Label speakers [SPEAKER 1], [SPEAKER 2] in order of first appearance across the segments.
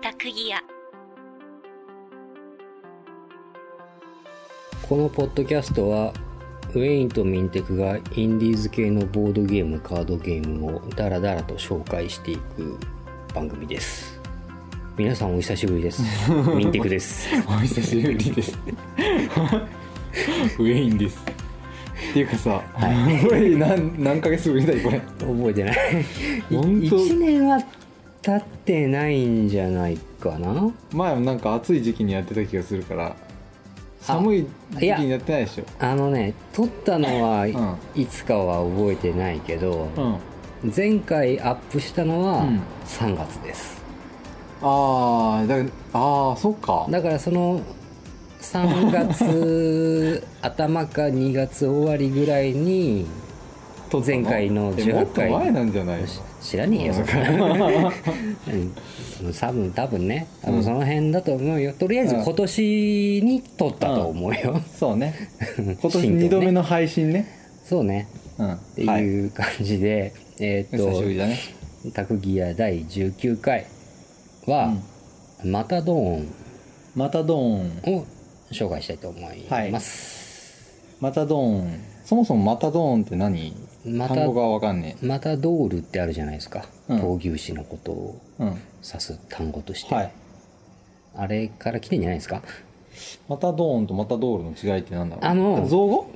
[SPEAKER 1] た釘屋
[SPEAKER 2] このポッドキャストはウェインとミンテクがインディーズ系のボードゲームカードゲームをダラダラと紹介していく番組です皆さんお久しぶりです ミンテクです
[SPEAKER 3] お久しぶりです ウェインですっていうかさ、これ何何ヶ月ぶりだいこれ
[SPEAKER 2] 覚えてない
[SPEAKER 3] 本当
[SPEAKER 2] 1年は経ってないんじゃないかな
[SPEAKER 3] 前もなんか暑い時期にやってた気がするから寒い時期にやってないでしょ
[SPEAKER 2] あのね撮ったのは
[SPEAKER 3] ん
[SPEAKER 2] いつかは覚えてないけど、
[SPEAKER 3] うんあ
[SPEAKER 2] 前回アップしたのは
[SPEAKER 3] うん
[SPEAKER 2] 3月です、
[SPEAKER 3] あだああそっか
[SPEAKER 2] だからその3月頭か2月終わりぐらいに
[SPEAKER 3] 撮った
[SPEAKER 2] 前回の
[SPEAKER 3] えもっ
[SPEAKER 2] 18
[SPEAKER 3] と
[SPEAKER 2] 回
[SPEAKER 3] 前なんじゃないの
[SPEAKER 2] し知らねえよ そこうん多分多分ね多分その辺だと思うよ、とりあえず今年に撮ったと思うよ、
[SPEAKER 3] そう ね今年
[SPEAKER 2] 新居ね
[SPEAKER 3] 2度目の配信ね
[SPEAKER 2] そうね
[SPEAKER 3] うん
[SPEAKER 2] って
[SPEAKER 3] はい
[SPEAKER 2] いう感じで、えー
[SPEAKER 3] 久しぶりだね
[SPEAKER 2] っと「タクギア第19回は」マタドーン
[SPEAKER 3] またドーン
[SPEAKER 2] を紹介したいと思います、
[SPEAKER 3] またドーンそもそもまたドーンって何
[SPEAKER 2] また
[SPEAKER 3] 単語がわかんね
[SPEAKER 2] マタドールってあるじゃないですか、
[SPEAKER 3] うん
[SPEAKER 2] 闘牛士のことを
[SPEAKER 3] えうん
[SPEAKER 2] 指す単語として、
[SPEAKER 3] はい
[SPEAKER 2] あれから来てんじゃないですか
[SPEAKER 3] またドーンとまたドールの違いってなんだろう
[SPEAKER 2] あの
[SPEAKER 3] 造語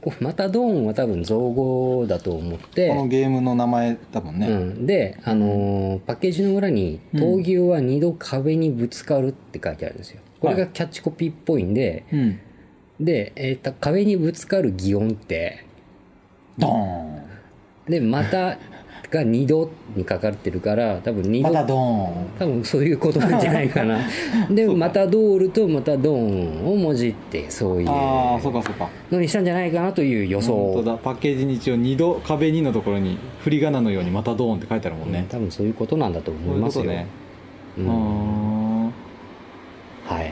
[SPEAKER 2] こうマタドーンは多分造語だと思って
[SPEAKER 3] このゲームの名前だもんね、
[SPEAKER 2] うん、で、あのーパッケージの裏に「闘牛は二度壁にぶつかる」って書いてあるんですよ。これがキャッチコピーっぽいんで、
[SPEAKER 3] うん、
[SPEAKER 2] で、えーと壁にぶつかる擬音って
[SPEAKER 3] ドーン
[SPEAKER 2] でまたが二度にかかってるから多分二
[SPEAKER 3] ま
[SPEAKER 2] 度
[SPEAKER 3] たドーン
[SPEAKER 2] 多分そういうことなんじゃない かなで
[SPEAKER 3] そうか
[SPEAKER 2] またドールとまたドーンをもじってそういう
[SPEAKER 3] ああそう
[SPEAKER 2] の
[SPEAKER 3] かそうか
[SPEAKER 2] にしたんじゃないかなという予
[SPEAKER 3] 本当
[SPEAKER 2] 想
[SPEAKER 3] だパッケージに一応2度壁2のところに振り仮名のように「またドーン」って書いてあるもんね、
[SPEAKER 2] 多分そういうことなんだと
[SPEAKER 3] そう
[SPEAKER 2] 思
[SPEAKER 3] い
[SPEAKER 2] いうま
[SPEAKER 3] こ
[SPEAKER 2] すよ
[SPEAKER 3] とね
[SPEAKER 2] う
[SPEAKER 3] うんーんは
[SPEAKER 2] はい
[SPEAKER 3] い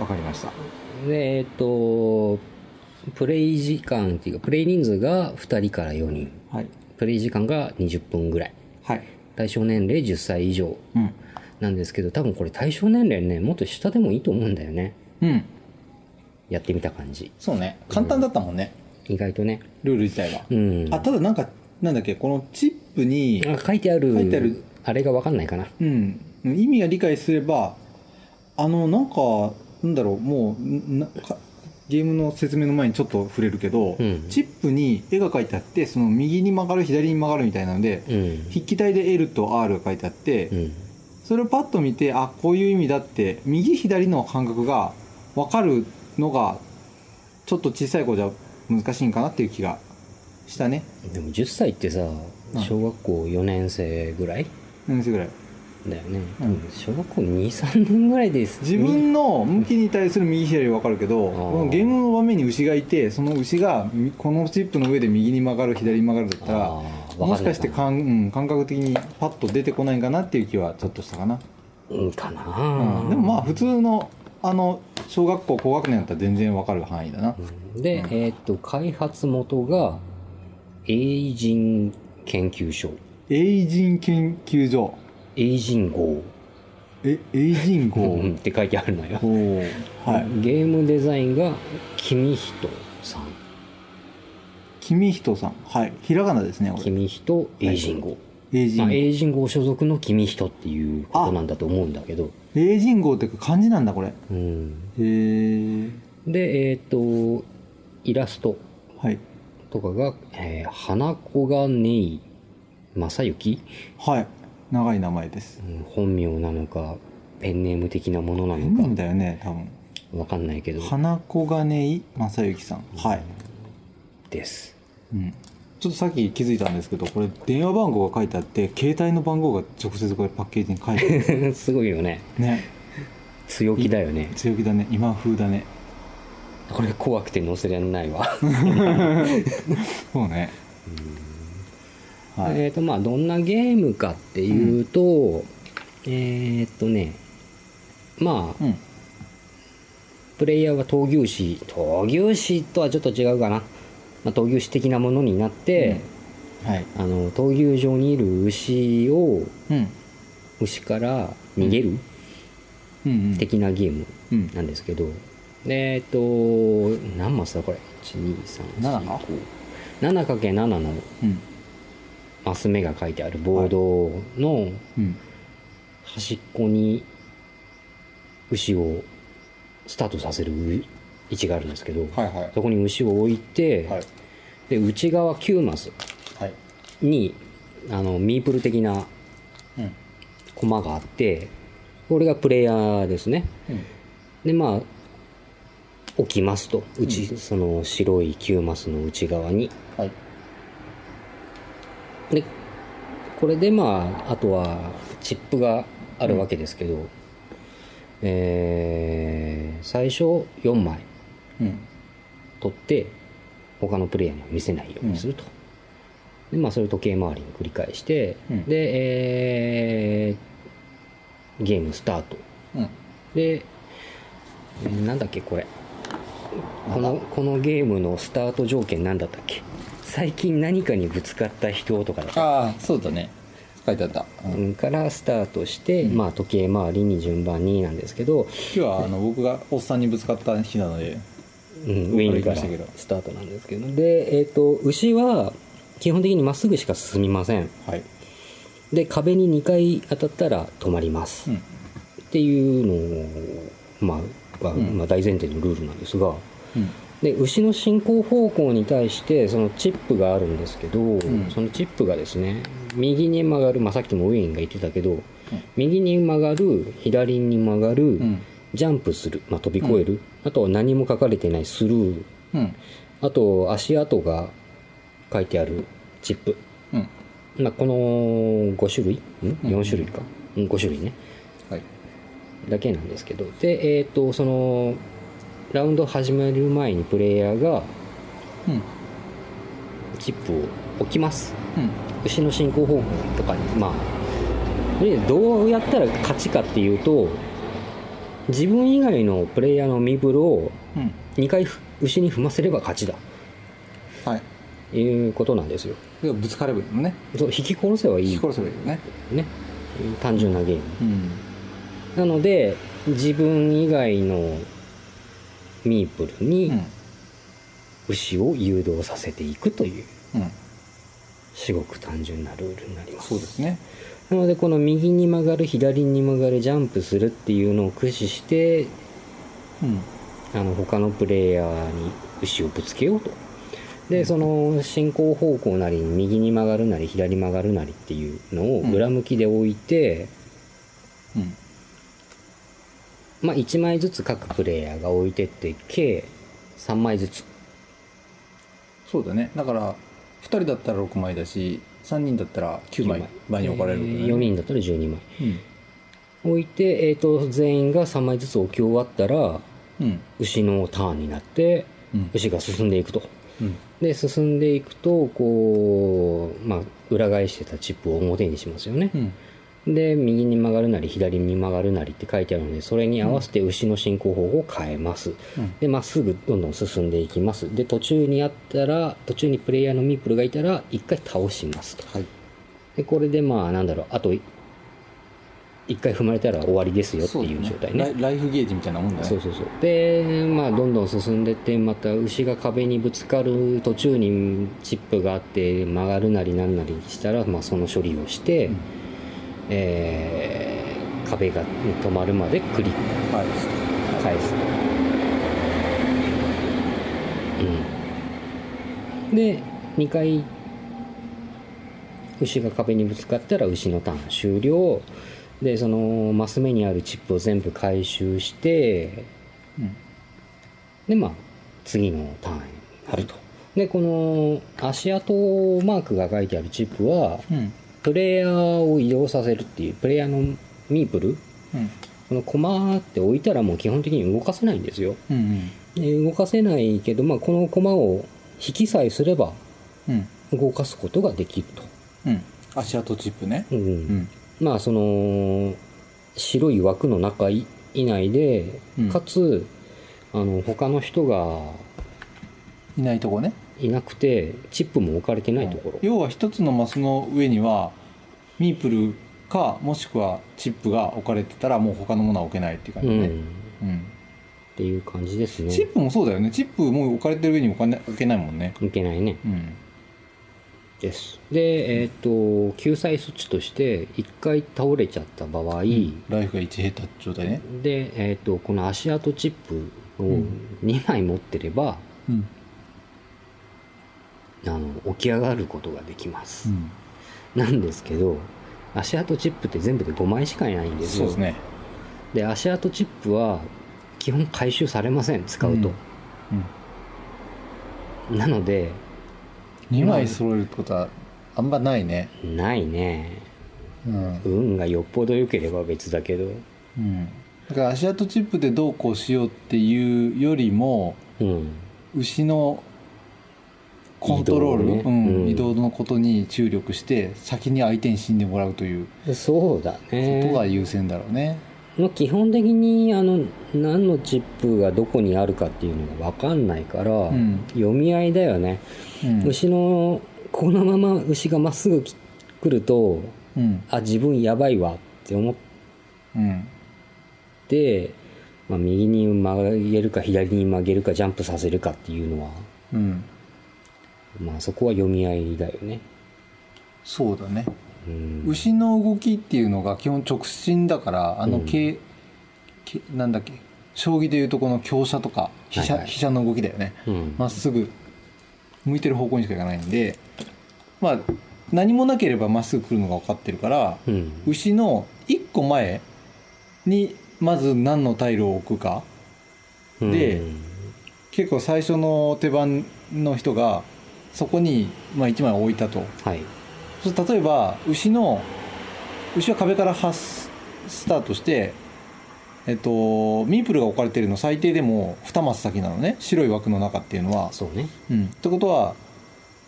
[SPEAKER 3] わかりました
[SPEAKER 2] でえっとプレイ時間っていうかプレイ人数が2人から4人
[SPEAKER 3] はい
[SPEAKER 2] プレイ時間が20分ぐらい
[SPEAKER 3] はい
[SPEAKER 2] 対象年齢10歳以上
[SPEAKER 3] うん
[SPEAKER 2] なんですけど多分これ対象年齢ねもっと下でもいいと思うんだよね
[SPEAKER 3] うん
[SPEAKER 2] やってみた感じ
[SPEAKER 3] そうね簡単だったもんね、
[SPEAKER 2] 意外とね
[SPEAKER 3] ルール自体は、
[SPEAKER 2] うん
[SPEAKER 3] あただなんかなんだっけこのチップに、
[SPEAKER 2] あ書いてある
[SPEAKER 3] 書いてある
[SPEAKER 2] あれが分かんないかな
[SPEAKER 3] うん、意味が理解すればあのなんかなんだろうもうんなかゲームの説明の前にちょっと触れるけど、
[SPEAKER 2] うん
[SPEAKER 3] チップに絵が描いてあってその右に曲がる左に曲がるみたいなので、
[SPEAKER 2] うん
[SPEAKER 3] 筆記体で L と R が書いてあって、
[SPEAKER 2] うん
[SPEAKER 3] それをパッと見てあこういう意味だって右左の感覚が分かるのがちょっと小さい子じゃ難しいんかなっていう気がしたね
[SPEAKER 2] でも10歳ってさ
[SPEAKER 3] ん
[SPEAKER 2] 小学校4年生ぐらい
[SPEAKER 3] 4年生ぐらい
[SPEAKER 2] だよね、
[SPEAKER 3] うん
[SPEAKER 2] 小学校23年ぐらいです
[SPEAKER 3] 自分の向きに対する右左分かるけど、このゲームの場面に牛がいてその牛がみこのチップの上で右に曲がる左に曲がるだったら
[SPEAKER 2] あー
[SPEAKER 3] もしかして
[SPEAKER 2] わか
[SPEAKER 3] 感,、うん、感覚的にパッと出てこないんかなっていう気はちょっとしたかな、
[SPEAKER 2] うんかな、
[SPEAKER 3] うんでもまあ普通のあの小学校高学年だったら全然分かる範囲だな、
[SPEAKER 2] で、えーっと開発元がエイジン研究所
[SPEAKER 3] エイジン研究所
[SPEAKER 2] エイジン号
[SPEAKER 3] えエイジン号
[SPEAKER 2] うんって書いてあるのよ、
[SPEAKER 3] おーはい
[SPEAKER 2] ゲームデザインが君人さん
[SPEAKER 3] 君人さんはいひらがなですねこれ
[SPEAKER 2] 君人エイジン号、
[SPEAKER 3] エイジ
[SPEAKER 2] ま
[SPEAKER 3] ン
[SPEAKER 2] あ、
[SPEAKER 3] 号
[SPEAKER 2] エイジン号所属の君人っていうことなんだと思うんだけど、
[SPEAKER 3] エイジン号って漢字なんだこれへ
[SPEAKER 2] うん、
[SPEAKER 3] え
[SPEAKER 2] でえーっ、とイラスト
[SPEAKER 3] はい
[SPEAKER 2] とかが、えー花子がねい正幸、
[SPEAKER 3] はい長い名前です
[SPEAKER 2] うん本名なのかペンネーム的なものな
[SPEAKER 3] 変な
[SPEAKER 2] の
[SPEAKER 3] ん
[SPEAKER 2] か
[SPEAKER 3] だよね多分
[SPEAKER 2] わかんないけど
[SPEAKER 3] 花子金井正幸さんはい、
[SPEAKER 2] です
[SPEAKER 3] うん、ちょっとさっき気づいたんですけどこれ電話番号が書いてあって携帯の番号が直接これパッケージに書いてある
[SPEAKER 2] すごいよね
[SPEAKER 3] ね
[SPEAKER 2] 強気だよね
[SPEAKER 3] 強気だね今風だね
[SPEAKER 2] これ怖くて載せられないわ、
[SPEAKER 3] そうねは い
[SPEAKER 2] えっとまあどんなゲームかっていうと、えーっとねまあ
[SPEAKER 3] うん
[SPEAKER 2] プレイヤーは闘牛士闘牛士とはちょっと違うかな、まあ、闘牛士的なものになって、
[SPEAKER 3] はい
[SPEAKER 2] あの闘牛場にいる牛を
[SPEAKER 3] うん
[SPEAKER 2] 牛から逃げる、
[SPEAKER 3] うんうん
[SPEAKER 2] 的なゲーム
[SPEAKER 3] うん
[SPEAKER 2] なんですけど、でえっと何マスだこれ
[SPEAKER 3] 7か
[SPEAKER 2] 1237×7 の
[SPEAKER 3] うん
[SPEAKER 2] マス目が書いてあるボードの
[SPEAKER 3] うん
[SPEAKER 2] 端っこに牛をスタートさせる位置があるんですけど、
[SPEAKER 3] はいはい
[SPEAKER 2] そこに牛を置いて、
[SPEAKER 3] はい
[SPEAKER 2] で内側9マス
[SPEAKER 3] はい
[SPEAKER 2] にあのミープル的な
[SPEAKER 3] うん
[SPEAKER 2] コマがあってこれがプレイヤーですね
[SPEAKER 3] うん
[SPEAKER 2] でまあ置きますとうち、その白い9マスの内側に
[SPEAKER 3] はい
[SPEAKER 2] でこれでまああとはチップがあるわけですけど、えー最初4枚
[SPEAKER 3] うん
[SPEAKER 2] 取って他のプレイヤーには見せないようにすると、でまあそれを時計回りに繰り返して、
[SPEAKER 3] うん
[SPEAKER 2] で、えーゲームスタート
[SPEAKER 3] うん
[SPEAKER 2] でえーなんだっけこれこのこのゲームのスタート条件なんだったっけ最近何かにぶつかった人とかだった
[SPEAKER 3] ああそうだね書いてあった、うん
[SPEAKER 2] うんからスタートして、まあ時計回りに順番になんですけど、
[SPEAKER 3] 今日はあの僕がおっさんにぶつかった日なので
[SPEAKER 2] うん、ウ
[SPEAKER 3] 僕から
[SPEAKER 2] ィーン
[SPEAKER 3] 行き
[SPEAKER 2] か
[SPEAKER 3] ま
[SPEAKER 2] ら
[SPEAKER 3] したけど
[SPEAKER 2] スタートなんですけどでえっ、と牛は基本的にまっすぐしか進みません
[SPEAKER 3] はい
[SPEAKER 2] で壁に2回当たったら止まります、
[SPEAKER 3] うん
[SPEAKER 2] っていうのを、まあが
[SPEAKER 3] ん
[SPEAKER 2] まあ、大前提のルールなんですが、
[SPEAKER 3] うん
[SPEAKER 2] で牛の進行方向に対してそのチップがあるんですけど、
[SPEAKER 3] ん
[SPEAKER 2] そのチップがですね右に曲がる、まあ、さっきもウィーンが言ってたけど、右に曲がる左に曲がる、
[SPEAKER 3] ん
[SPEAKER 2] ジャンプする、まあ、飛び越える、あとは何も書かれてないスルー
[SPEAKER 3] うん
[SPEAKER 2] あと足跡が書いてあるチップ、
[SPEAKER 3] うん
[SPEAKER 2] まあ、この5種類ん4種類か、うん、5種類ね
[SPEAKER 3] はい
[SPEAKER 2] だけなんですけどでえっ、とそのラウンド始める前にプレイヤーが
[SPEAKER 3] うんうん
[SPEAKER 2] チップを置きます牛の進行方向とかにまあでどうやったら勝ちかっていうと自分以外のプレイヤーの身振りを
[SPEAKER 3] うん
[SPEAKER 2] 2回ふ牛に踏ませれば勝ちだ
[SPEAKER 3] はい
[SPEAKER 2] いうことなんですよ
[SPEAKER 3] でぶつかればいいのね
[SPEAKER 2] そう引き殺せばい
[SPEAKER 3] 引
[SPEAKER 2] い
[SPEAKER 3] き殺せばいいのね
[SPEAKER 2] ね単純なゲーム
[SPEAKER 3] うん
[SPEAKER 2] なので自分以外のミープル
[SPEAKER 3] う
[SPEAKER 2] に
[SPEAKER 3] ん
[SPEAKER 2] 牛を誘導させていくという
[SPEAKER 3] うん
[SPEAKER 2] 至極単純なルールになります
[SPEAKER 3] そうですね
[SPEAKER 2] なのでこの右に曲がる左に曲がるジャンプするっていうのを駆使して
[SPEAKER 3] うん
[SPEAKER 2] あの他のプレイヤーに牛をぶつけようとでその進行方向なりに右に曲がるなり左に曲がるなりっていうのを
[SPEAKER 3] うん
[SPEAKER 2] 裏向きで置いて、
[SPEAKER 3] うん
[SPEAKER 2] まあ1枚ずつ各プレイヤーが置いてって計3枚ずつ
[SPEAKER 3] そうだねだから2人だったら6枚だし3人だったら9枚前に置かれることね
[SPEAKER 2] 4人だったら12枚
[SPEAKER 3] うん
[SPEAKER 2] 置いて、えー、と全員が3枚ずつ置き終わったら
[SPEAKER 3] うん
[SPEAKER 2] 牛のターンになって
[SPEAKER 3] うん
[SPEAKER 2] 牛が進んでいくと
[SPEAKER 3] うん
[SPEAKER 2] で進んでいくとこう、まあ、裏返してたチップを表にしますよね
[SPEAKER 3] う、ん
[SPEAKER 2] で右に曲がるなり左に曲がるなりって書いてあるのでそれに合わせて牛の進行方向を変えます、
[SPEAKER 3] うん
[SPEAKER 2] でまっすぐどんどん進んでいきますで途中にあったら途中にプレイヤーのミープルがいたら一回倒しますと
[SPEAKER 3] はい
[SPEAKER 2] でこれでまあなんだろうあとい一回踏まれたら終わりですよっていう状態ね
[SPEAKER 3] ライライフゲージみたいなもんだね
[SPEAKER 2] そうそうそうでまあどんどん進んでってまた牛が壁にぶつかる途中にチップがあって曲がるなりなんなりしたら、まあ、その処理をして、
[SPEAKER 3] うん
[SPEAKER 2] えー壁が止まるまで繰り
[SPEAKER 3] はい
[SPEAKER 2] 返す、うん、で2回牛が壁にぶつかったら牛のターン終了でそのマス目にあるチップを全部回収して
[SPEAKER 3] うん
[SPEAKER 2] でまあ次のターンになるとでこの足跡マークが書いてあるチップは
[SPEAKER 3] うん
[SPEAKER 2] プレイヤーを移動させるっていうプレイヤーのミープル
[SPEAKER 3] うん
[SPEAKER 2] このコマって置いたらもう基本的に動かせないんですよ
[SPEAKER 3] うん
[SPEAKER 2] で動かせないけど、まあ、このコマを引きさえすれば
[SPEAKER 3] うんうん
[SPEAKER 2] 動かすことができると、
[SPEAKER 3] うん足跡チップね
[SPEAKER 2] うん
[SPEAKER 3] うん
[SPEAKER 2] まあその白い枠の中以内で、
[SPEAKER 3] うん
[SPEAKER 2] かつあの他の人が
[SPEAKER 3] いないとこね
[SPEAKER 2] いなくてチップも置かれてないところ、
[SPEAKER 3] 要は一つのマスの上にはミープルかもしくはチップが置かれてたらもう他のものは置けないっていう感
[SPEAKER 2] う
[SPEAKER 3] じ
[SPEAKER 2] ん、
[SPEAKER 3] ね、
[SPEAKER 2] っ
[SPEAKER 3] うん
[SPEAKER 2] ていう感じですね
[SPEAKER 3] チップもそうだよねチップもう置かれてる上に置かな置けないもんね
[SPEAKER 2] いけないね
[SPEAKER 3] うん
[SPEAKER 2] ですでえっ、と救済措置として1回倒れちゃった場合、
[SPEAKER 3] ライフが1減った状態ね
[SPEAKER 2] で、えー、とこの足跡チップを2枚持ってれば、
[SPEAKER 3] うん、
[SPEAKER 2] あの起き上がることができます、
[SPEAKER 3] ん、
[SPEAKER 2] なんですけど足跡チップって全部で5枚しかいないんです
[SPEAKER 3] そう
[SPEAKER 2] よ
[SPEAKER 3] ですね
[SPEAKER 2] で足跡チップは基本回収されません使うと、
[SPEAKER 3] うん
[SPEAKER 2] なので
[SPEAKER 3] 2枚揃えるってことはあんまないね
[SPEAKER 2] ないね
[SPEAKER 3] うん、
[SPEAKER 2] 運がよっぽど良ければ別だけど
[SPEAKER 3] うん、だから足跡チップでどうこうしようっていうよりも
[SPEAKER 2] うん
[SPEAKER 3] 牛のコントロール
[SPEAKER 2] 移動ね
[SPEAKER 3] うん
[SPEAKER 2] うん
[SPEAKER 3] 移動のことに注力して先に相手に死んでもらうという
[SPEAKER 2] そうだね
[SPEAKER 3] ことが優先だろうね、
[SPEAKER 2] まあ基本的にあの何のチップがどこにあるかっていうのが分かんないから、
[SPEAKER 3] ん
[SPEAKER 2] 読み合いだよね、
[SPEAKER 3] うん
[SPEAKER 2] 牛のこのまま牛がまっすぐき来ると
[SPEAKER 3] うん
[SPEAKER 2] あ自分やばいわって思っ
[SPEAKER 3] うん
[SPEAKER 2] て、まあ、右に曲げるか左に曲げるかジャンプさせるかっていうのは、
[SPEAKER 3] うん
[SPEAKER 2] まあ、そこは読み合いだよね。
[SPEAKER 3] そうだね
[SPEAKER 2] うん、
[SPEAKER 3] 牛の動きっていうのが基本直進だからあのけ、けなんだっけ将棋でいうとこの香車とか飛車,、
[SPEAKER 2] はいはい
[SPEAKER 3] 飛車の動きだよね
[SPEAKER 2] うん
[SPEAKER 3] まっすぐ向いてる方向にしか行かないんでまあ何もなければまっすぐ来るのが分かってるから、
[SPEAKER 2] うん
[SPEAKER 3] 牛の1個前にまず何のタイルを置くかで
[SPEAKER 2] うん
[SPEAKER 3] 結構最初の手番の人がそこに、まあ、1枚置いたと
[SPEAKER 2] はい
[SPEAKER 3] そうすると例えば牛の牛は壁から発すスタートしてえっとミープルが置かれてるの最低でも2マス先なのね白い枠の中っていうのは
[SPEAKER 2] そうね。
[SPEAKER 3] うん、ってことは、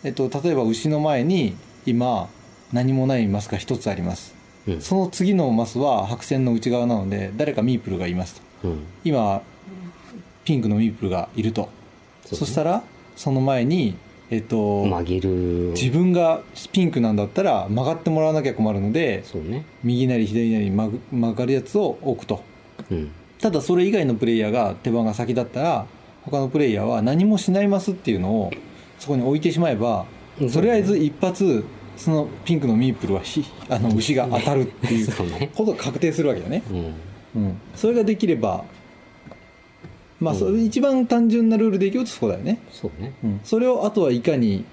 [SPEAKER 3] えっと、例えば牛の前に今何もないマスが1つあります
[SPEAKER 2] うん
[SPEAKER 3] その次のマスは白線の内側なので誰かミープルがいますと
[SPEAKER 2] うん
[SPEAKER 3] 今ピンクのミープルがいるとそ,、
[SPEAKER 2] うね
[SPEAKER 3] したらその前にえっと、
[SPEAKER 2] 曲げる
[SPEAKER 3] 自分がピンクなんだったら曲がってもらわなきゃ困るので
[SPEAKER 2] そうね。
[SPEAKER 3] 右なり左なりに曲ぐ曲がるやつを置くと
[SPEAKER 2] うん
[SPEAKER 3] ただそれ以外のプレイヤーが手番が先だったら他のプレイヤーは何もしないますっていうのをそこに置いてしまえば
[SPEAKER 2] うん
[SPEAKER 3] とりあえず一発そのピンクのミープルはひあの牛が当たるっていう
[SPEAKER 2] そうね。
[SPEAKER 3] ことが確定するわけだね、
[SPEAKER 2] うん
[SPEAKER 3] うん、それができればまあそ
[SPEAKER 2] うん
[SPEAKER 3] れ一番単純なルールでいけるとそこだよね、
[SPEAKER 2] そうね。
[SPEAKER 3] うん、それをあとはいかに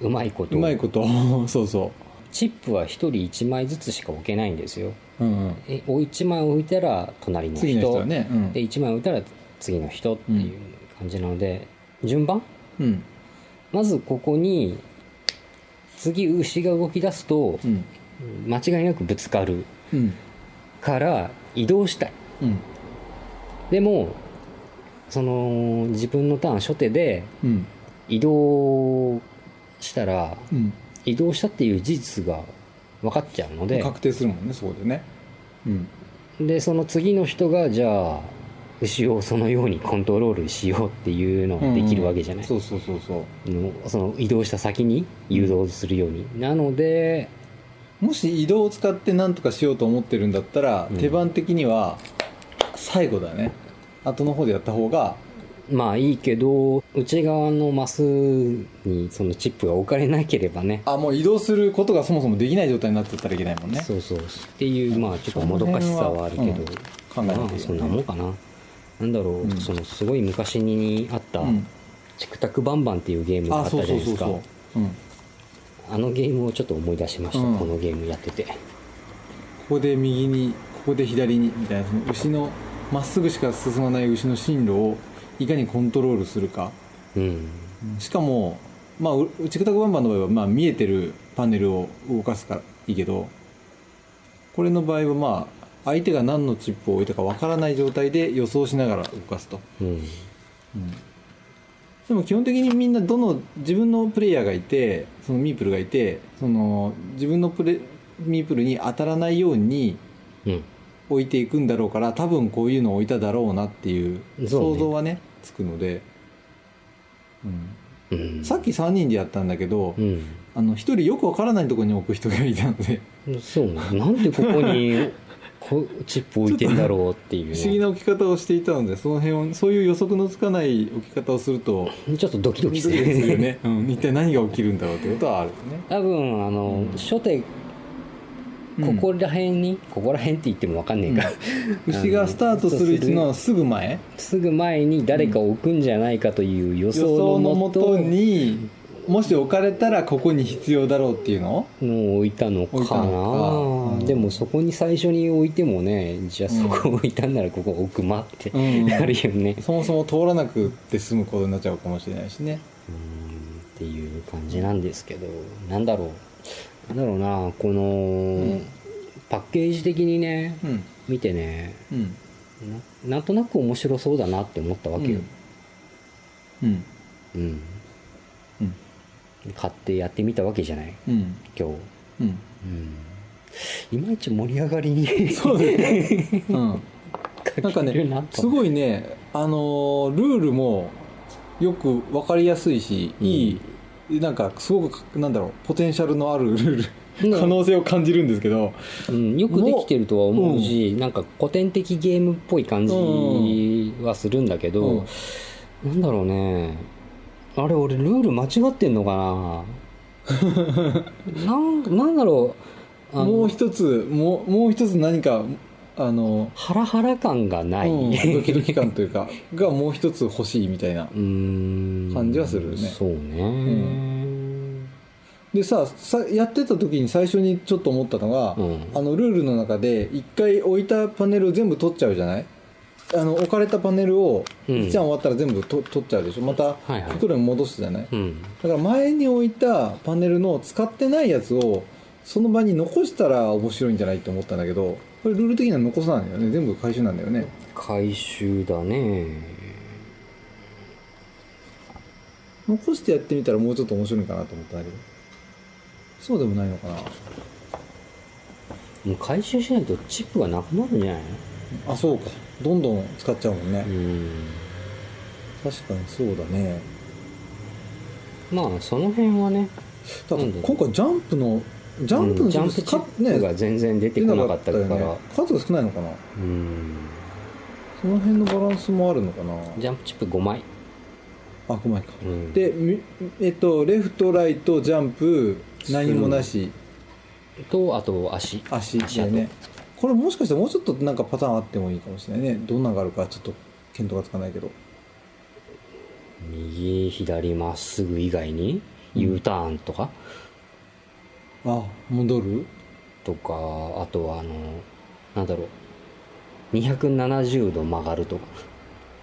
[SPEAKER 2] うまいこと。
[SPEAKER 3] うまいこと そうそ
[SPEAKER 2] チップは1人1枚ずつしか置けないんですよ。
[SPEAKER 3] う、うんうん、
[SPEAKER 2] えお1枚置いたら隣の人
[SPEAKER 3] 次の人はね
[SPEAKER 2] で1枚置いたら次の人っていう感じなので、順番
[SPEAKER 3] うんうん
[SPEAKER 2] まずここに次牛が動き出すと
[SPEAKER 3] うん
[SPEAKER 2] 間違いなくぶつかる
[SPEAKER 3] うん
[SPEAKER 2] から移動したい
[SPEAKER 3] うん
[SPEAKER 2] でもその自分のターン初手で
[SPEAKER 3] うん
[SPEAKER 2] 移動したら
[SPEAKER 3] うん
[SPEAKER 2] 移動したっていう事実が分かっちゃうので
[SPEAKER 3] 確定するもんねそこでねうん
[SPEAKER 2] でその次の人がじゃあ牛をそのようにコントロールしようっていうのができるわけじゃない、
[SPEAKER 3] そうそうそうそう
[SPEAKER 2] のその移動した先に誘導するように、なので
[SPEAKER 3] もし移動を使って何とかしようと思ってるんだったら、
[SPEAKER 2] うん
[SPEAKER 3] 手番的には最後だね後の方でやった方が
[SPEAKER 2] まあいいけど内側のマスにそのチップが置かれなければね
[SPEAKER 3] あもう移動することがそもそもできない状態になっちゃったらいけないもんね
[SPEAKER 2] そうそうっていうまあちょっともどかしさはあるけど、
[SPEAKER 3] 考えなき
[SPEAKER 2] ま
[SPEAKER 3] ゃいけ
[SPEAKER 2] あ
[SPEAKER 3] ない
[SPEAKER 2] そんなもんかな。なんだろう、
[SPEAKER 3] うん
[SPEAKER 2] そのすごい昔にあった
[SPEAKER 3] うん
[SPEAKER 2] 「チクタクバンバン」っていうゲームがあっ
[SPEAKER 3] あ
[SPEAKER 2] たじ
[SPEAKER 3] そ
[SPEAKER 2] ゃな
[SPEAKER 3] う
[SPEAKER 2] い
[SPEAKER 3] そう
[SPEAKER 2] です
[SPEAKER 3] そう
[SPEAKER 2] か
[SPEAKER 3] そう、うん、こ
[SPEAKER 2] あのゲームをちょっと思い出しました、
[SPEAKER 3] うん
[SPEAKER 2] このゲームやってて
[SPEAKER 3] こで右にここで左にみたいなその牛のまっすぐしか進まない牛の進路をいかにコントロールするか
[SPEAKER 2] うん
[SPEAKER 3] しかも、まあ、うチクタクバンバンの場合は、まあ、見えてるパネルを動かすからいいけどこれの場合は、まあ、相手が何のチップを置いたかわからない状態で予想しながら動かすと、
[SPEAKER 2] うん
[SPEAKER 3] でも基本的にみんなどの自分のプレイヤーがいてそのミープルがいてその自分のプレミープルに当たらないように
[SPEAKER 2] うん
[SPEAKER 3] 置いていくんだろうから多分こういうのを置いただろうなっていう
[SPEAKER 2] そうね
[SPEAKER 3] 想像はねつくので、
[SPEAKER 2] うん
[SPEAKER 3] さっき3人でやったんだけど、
[SPEAKER 2] うん
[SPEAKER 3] あの一人よくわからないところに置く人がいたので
[SPEAKER 2] そうねなんでここにこチップ置いてんだろうっていう
[SPEAKER 3] 不思
[SPEAKER 2] ね
[SPEAKER 3] 議な置き方をしていたのでその辺をそういう予測のつかない置き方をする と
[SPEAKER 2] ちょっとドキドキす
[SPEAKER 3] ドキドキする
[SPEAKER 2] る
[SPEAKER 3] よね、うん、一体何が起きるんだろうってことはあるよね
[SPEAKER 2] 多分あの、
[SPEAKER 3] うん
[SPEAKER 2] 初手ここら辺に、ここら辺って言ってもわかんねえか、
[SPEAKER 3] 牛がスタートする位置のすぐ前
[SPEAKER 2] すぐ前に誰か置くんじゃないかという予
[SPEAKER 3] 予
[SPEAKER 2] 想の
[SPEAKER 3] 想の
[SPEAKER 2] も
[SPEAKER 3] も
[SPEAKER 2] と
[SPEAKER 3] とにもし置かれたらここに必要だろうっていうの
[SPEAKER 2] のを置いたのか
[SPEAKER 3] 置いた
[SPEAKER 2] な
[SPEAKER 3] のかうん
[SPEAKER 2] でもそこに最初に置いてもねじゃあそこ置いたんならここ置くまって
[SPEAKER 3] うん
[SPEAKER 2] なるよね、
[SPEAKER 3] そもそも通らなくて済むことになっちゃうかもしれないしね
[SPEAKER 2] うんっていう感じなんですけどなんだろうなんだろうなこの、
[SPEAKER 3] ん
[SPEAKER 2] パッケージ的にね
[SPEAKER 3] うん
[SPEAKER 2] 見てね
[SPEAKER 3] うん
[SPEAKER 2] ななんとなく面白そうだなって思ったわけよ、
[SPEAKER 3] うん
[SPEAKER 2] うん、
[SPEAKER 3] うん
[SPEAKER 2] 買ってやってみたわけじゃない
[SPEAKER 3] うん
[SPEAKER 2] 今日、
[SPEAKER 3] うん
[SPEAKER 2] いまいち盛り上がりに欠
[SPEAKER 3] そうです ね、うん、
[SPEAKER 2] け
[SPEAKER 3] なんか
[SPEAKER 2] る
[SPEAKER 3] ね
[SPEAKER 2] な
[SPEAKER 3] す
[SPEAKER 2] と
[SPEAKER 3] ごいねあのールールもよく分かりやすいし、いいなんかすごくなんだろうポテンシャルのあるルー
[SPEAKER 2] ね
[SPEAKER 3] ル可能性を感じるんですけど、
[SPEAKER 2] うん、よくできてるとは思うし、なんか古典的ゲームっぽい感じはするんだけど、なんだろうねあれ俺ルール間違ってんのか ななんなんだろうあ
[SPEAKER 3] もう
[SPEAKER 2] の
[SPEAKER 3] 一つもうもう一つ何かあの、
[SPEAKER 2] ハラハラ感がない、
[SPEAKER 3] うん ドキドキ感というか がもう一つ欲しいみたいな
[SPEAKER 2] うーん
[SPEAKER 3] 感じはするね
[SPEAKER 2] そうね、うん
[SPEAKER 3] でささやってた時に最初にちょっと思ったのが、あのルールの中で一回置いたパネルを全部取っちゃうじゃないあの置かれたパネルを
[SPEAKER 2] うん
[SPEAKER 3] 一ちゃん終わったら全部と取っちゃうでしょまた
[SPEAKER 2] いはい
[SPEAKER 3] 袋に戻すじゃない
[SPEAKER 2] うん
[SPEAKER 3] だから前に置いたパネルの使ってないやつをその場に残したら面白いんじゃないと思ったんだけどこれルール的には残さないんだよね全部回収なんだよね
[SPEAKER 2] 回収だね
[SPEAKER 3] 残してやってみたらもうちょっと面白いかなと思ったんだけどそうでもないのかな
[SPEAKER 2] もう回収しないとチップがなくなるんじゃない
[SPEAKER 3] あそうかどんどん使っちゃうもんね
[SPEAKER 2] のうん
[SPEAKER 3] 確かにそうだね
[SPEAKER 2] まあその辺はね
[SPEAKER 3] ただ
[SPEAKER 2] なん
[SPEAKER 3] 今
[SPEAKER 2] で
[SPEAKER 3] 回ジャンプのジャンプ
[SPEAKER 2] う
[SPEAKER 3] の
[SPEAKER 2] んジャンプチ
[SPEAKER 3] 使
[SPEAKER 2] ッ
[SPEAKER 3] っ
[SPEAKER 2] プが全然出てこなかったから、
[SPEAKER 3] 出なよね数が少ないのかな
[SPEAKER 2] うん
[SPEAKER 3] その辺のバランスもあるのかな
[SPEAKER 2] ジャンプチップ5枚、
[SPEAKER 3] あ5枚か
[SPEAKER 2] うん
[SPEAKER 3] でみえっとレフトライトジャンプ何もなし
[SPEAKER 2] とあと足
[SPEAKER 3] 足だよねこれもしかしたらもうちょっとなんかパターンあってもいいかもしれないねどんなのがあるかちょっと見当がつかないけど
[SPEAKER 2] 右左まっすぐ以外に
[SPEAKER 3] うん
[SPEAKER 2] U ターンとか、
[SPEAKER 3] あ戻る
[SPEAKER 2] とかあとはあのなんだろう270度曲がるとか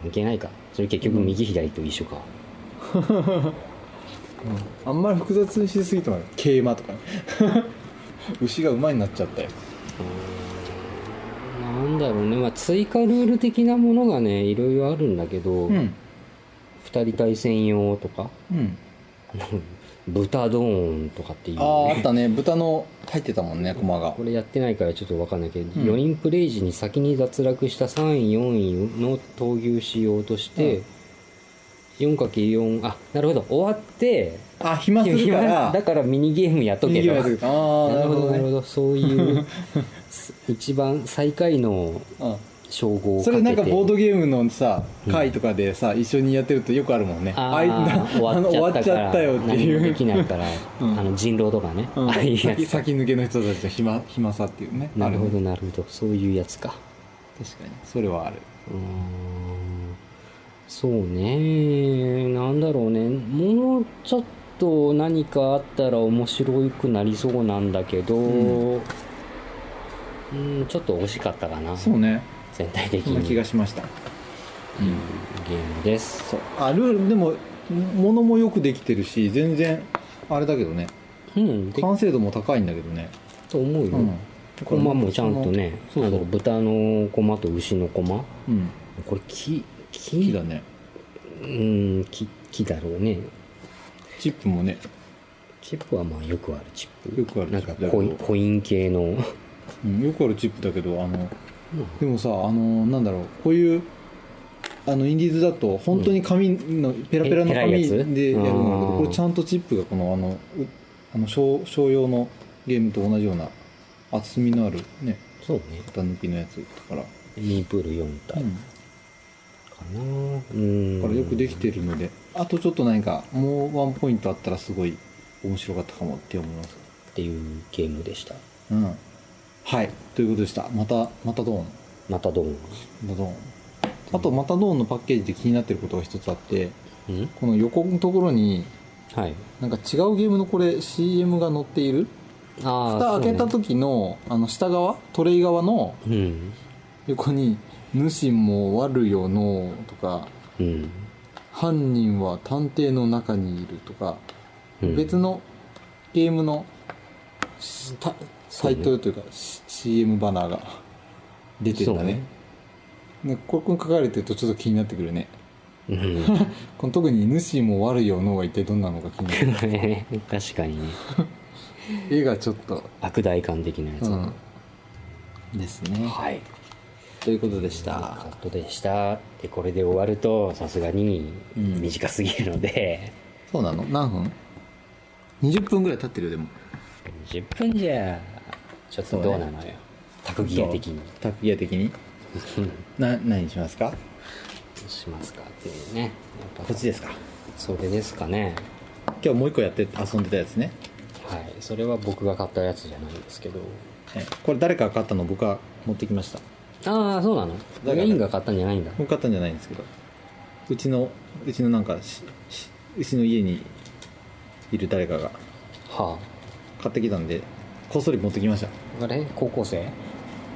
[SPEAKER 2] 関係ないかそれ結局右左と一緒か、
[SPEAKER 3] あんまり複雑にしすぎてもらう桂馬とかね 牛が馬になっちゃったよ
[SPEAKER 2] なんだろうね、まあ、追加ルール的なものがねいろいろあるんだけど、
[SPEAKER 3] うん
[SPEAKER 2] 二人対戦用とか
[SPEAKER 3] うん
[SPEAKER 2] 豚丼とかっていう
[SPEAKER 3] あああったね豚の入ってたもんね駒が
[SPEAKER 2] これやってないからちょっと分かんないけど、
[SPEAKER 3] うん
[SPEAKER 2] 4人プレイ時に先に脱落した3位4位の投入しようとして、4×4 あなるほど終わって
[SPEAKER 3] あ暇するから
[SPEAKER 2] だからミニゲームやっとけ
[SPEAKER 3] 逃げ
[SPEAKER 2] と
[SPEAKER 3] るやつあー
[SPEAKER 2] な
[SPEAKER 3] な
[SPEAKER 2] るほ
[SPEAKER 3] るほ
[SPEAKER 2] ど
[SPEAKER 3] ど
[SPEAKER 2] なるほ
[SPEAKER 3] ね
[SPEAKER 2] どそう いうす一番最下位の称号
[SPEAKER 3] う
[SPEAKER 2] を
[SPEAKER 3] ん
[SPEAKER 2] かけ
[SPEAKER 3] それ
[SPEAKER 2] て
[SPEAKER 3] なんかボードゲームのさ会とかでさ一緒にやってるとよくあるもんね
[SPEAKER 2] あ
[SPEAKER 3] い
[SPEAKER 2] あ
[SPEAKER 3] なあの
[SPEAKER 2] 終
[SPEAKER 3] 終
[SPEAKER 2] わ
[SPEAKER 3] わ
[SPEAKER 2] っ
[SPEAKER 3] っ
[SPEAKER 2] ち
[SPEAKER 3] ち
[SPEAKER 2] ゃっ
[SPEAKER 3] ゃったた
[SPEAKER 2] よ
[SPEAKER 3] よ
[SPEAKER 2] っ
[SPEAKER 3] って
[SPEAKER 2] い
[SPEAKER 3] ていうう
[SPEAKER 2] できないから、
[SPEAKER 3] うん
[SPEAKER 2] あの人狼とかね、
[SPEAKER 3] うん
[SPEAKER 2] ああいうや
[SPEAKER 3] 先
[SPEAKER 2] つ
[SPEAKER 3] 先抜けの人たちの暇暇さっていうね
[SPEAKER 2] なるほ
[SPEAKER 3] あ
[SPEAKER 2] ど
[SPEAKER 3] ね
[SPEAKER 2] なるほどそういうやつか
[SPEAKER 3] 確かにそれはある
[SPEAKER 2] うーんそうねなんだろうねもうちょっと何かあったら面白くなりそうなんだけど、うん、ちょっと惜しかったかな
[SPEAKER 3] そうね
[SPEAKER 2] 全体的
[SPEAKER 3] そんな
[SPEAKER 2] に
[SPEAKER 3] 気がしましたうん
[SPEAKER 2] ゲームです
[SPEAKER 3] そうあルールでも物もよくできてるし全然あれだけどね
[SPEAKER 2] うんで
[SPEAKER 3] 完成度も高いんだけどね
[SPEAKER 2] と思うよ、
[SPEAKER 3] うん
[SPEAKER 2] 駒もちゃんとね
[SPEAKER 3] そう
[SPEAKER 2] なんだ
[SPEAKER 3] そう
[SPEAKER 2] ろう豚の駒と牛の駒
[SPEAKER 3] うん
[SPEAKER 2] これ木
[SPEAKER 3] い
[SPEAKER 2] 木
[SPEAKER 3] いだね
[SPEAKER 2] うん木木だろうね
[SPEAKER 3] チップもね
[SPEAKER 2] チップはまあよくあるチップ
[SPEAKER 3] よくある
[SPEAKER 2] なん
[SPEAKER 3] チッ
[SPEAKER 2] か
[SPEAKER 3] プだけ
[SPEAKER 2] コ
[SPEAKER 3] ど
[SPEAKER 2] インコイン系の
[SPEAKER 3] うん、よくあるチップだけどあのでもさあのなんだろうこういうあのインディーズだと本当に紙の、ペラペラの
[SPEAKER 2] え偉い
[SPEAKER 3] 紙
[SPEAKER 2] やつ
[SPEAKER 3] でやるんだけど
[SPEAKER 2] うん
[SPEAKER 3] これちゃんとチップがこのあのうあの商商用のゲームと同じような厚みのあるね
[SPEAKER 2] そうね
[SPEAKER 3] 型抜きのやつだから、
[SPEAKER 2] ミープール4体
[SPEAKER 3] うん
[SPEAKER 2] かなうん
[SPEAKER 3] だからよくできてるのであとちょっと何かもうワンポイントあったらすごい面白かったかもって思います
[SPEAKER 2] っていうゲームでした
[SPEAKER 3] うんはいということでしたまたまたドーン
[SPEAKER 2] またどうも
[SPEAKER 3] またドーンあとまたドーンのパッケージで気になってることが一つあって
[SPEAKER 2] うん
[SPEAKER 3] この横のところに
[SPEAKER 2] はい
[SPEAKER 3] なんか違うゲームのこれ CM が載っている
[SPEAKER 2] ああ
[SPEAKER 3] 蓋開けた時の、あの下側トレイ側の
[SPEAKER 2] う,、うん
[SPEAKER 3] 横に「主も悪よの」とか
[SPEAKER 2] うん
[SPEAKER 3] 「犯人は探偵の中にいる」とか、
[SPEAKER 2] うん
[SPEAKER 3] 別のゲームのしたサイトというか、C- CM バナーが出てんだねねここに書かれてるとちょっと気になってくるね
[SPEAKER 2] うん
[SPEAKER 3] この特に「主も悪よの」は一体どんなのか気になる
[SPEAKER 2] 確かにね
[SPEAKER 3] 絵がちょっと
[SPEAKER 2] 悪大感的なやつ、
[SPEAKER 3] うんですね
[SPEAKER 2] はい
[SPEAKER 3] ということでした
[SPEAKER 2] カットでしたでこれで終わるとさすがに
[SPEAKER 3] うん
[SPEAKER 2] 短すぎるので、
[SPEAKER 3] そうなの何分 ?20 分ぐらい経ってるよでも
[SPEAKER 2] 10分じゃちょっとどうなのよ、卓技的に
[SPEAKER 3] タピア的にな何にしますか
[SPEAKER 2] しますかっていうねやっ
[SPEAKER 3] こ
[SPEAKER 2] ぱ
[SPEAKER 3] っちですか
[SPEAKER 2] それですかね
[SPEAKER 3] 今日もう一個やって遊んでたやつね、
[SPEAKER 2] はいそれは僕が買ったやつじゃないんですけど
[SPEAKER 3] はいこれ誰かが買ったの僕は持ってきました
[SPEAKER 2] ああそうなの
[SPEAKER 3] から
[SPEAKER 2] メインが買ったんじゃないんだ
[SPEAKER 3] 僕買ったんじゃないんですけどうちのうちのなんかししうちの家にいる誰かが
[SPEAKER 2] は
[SPEAKER 3] 買ってきたんでこっそり持ってきました
[SPEAKER 2] ああれ高校生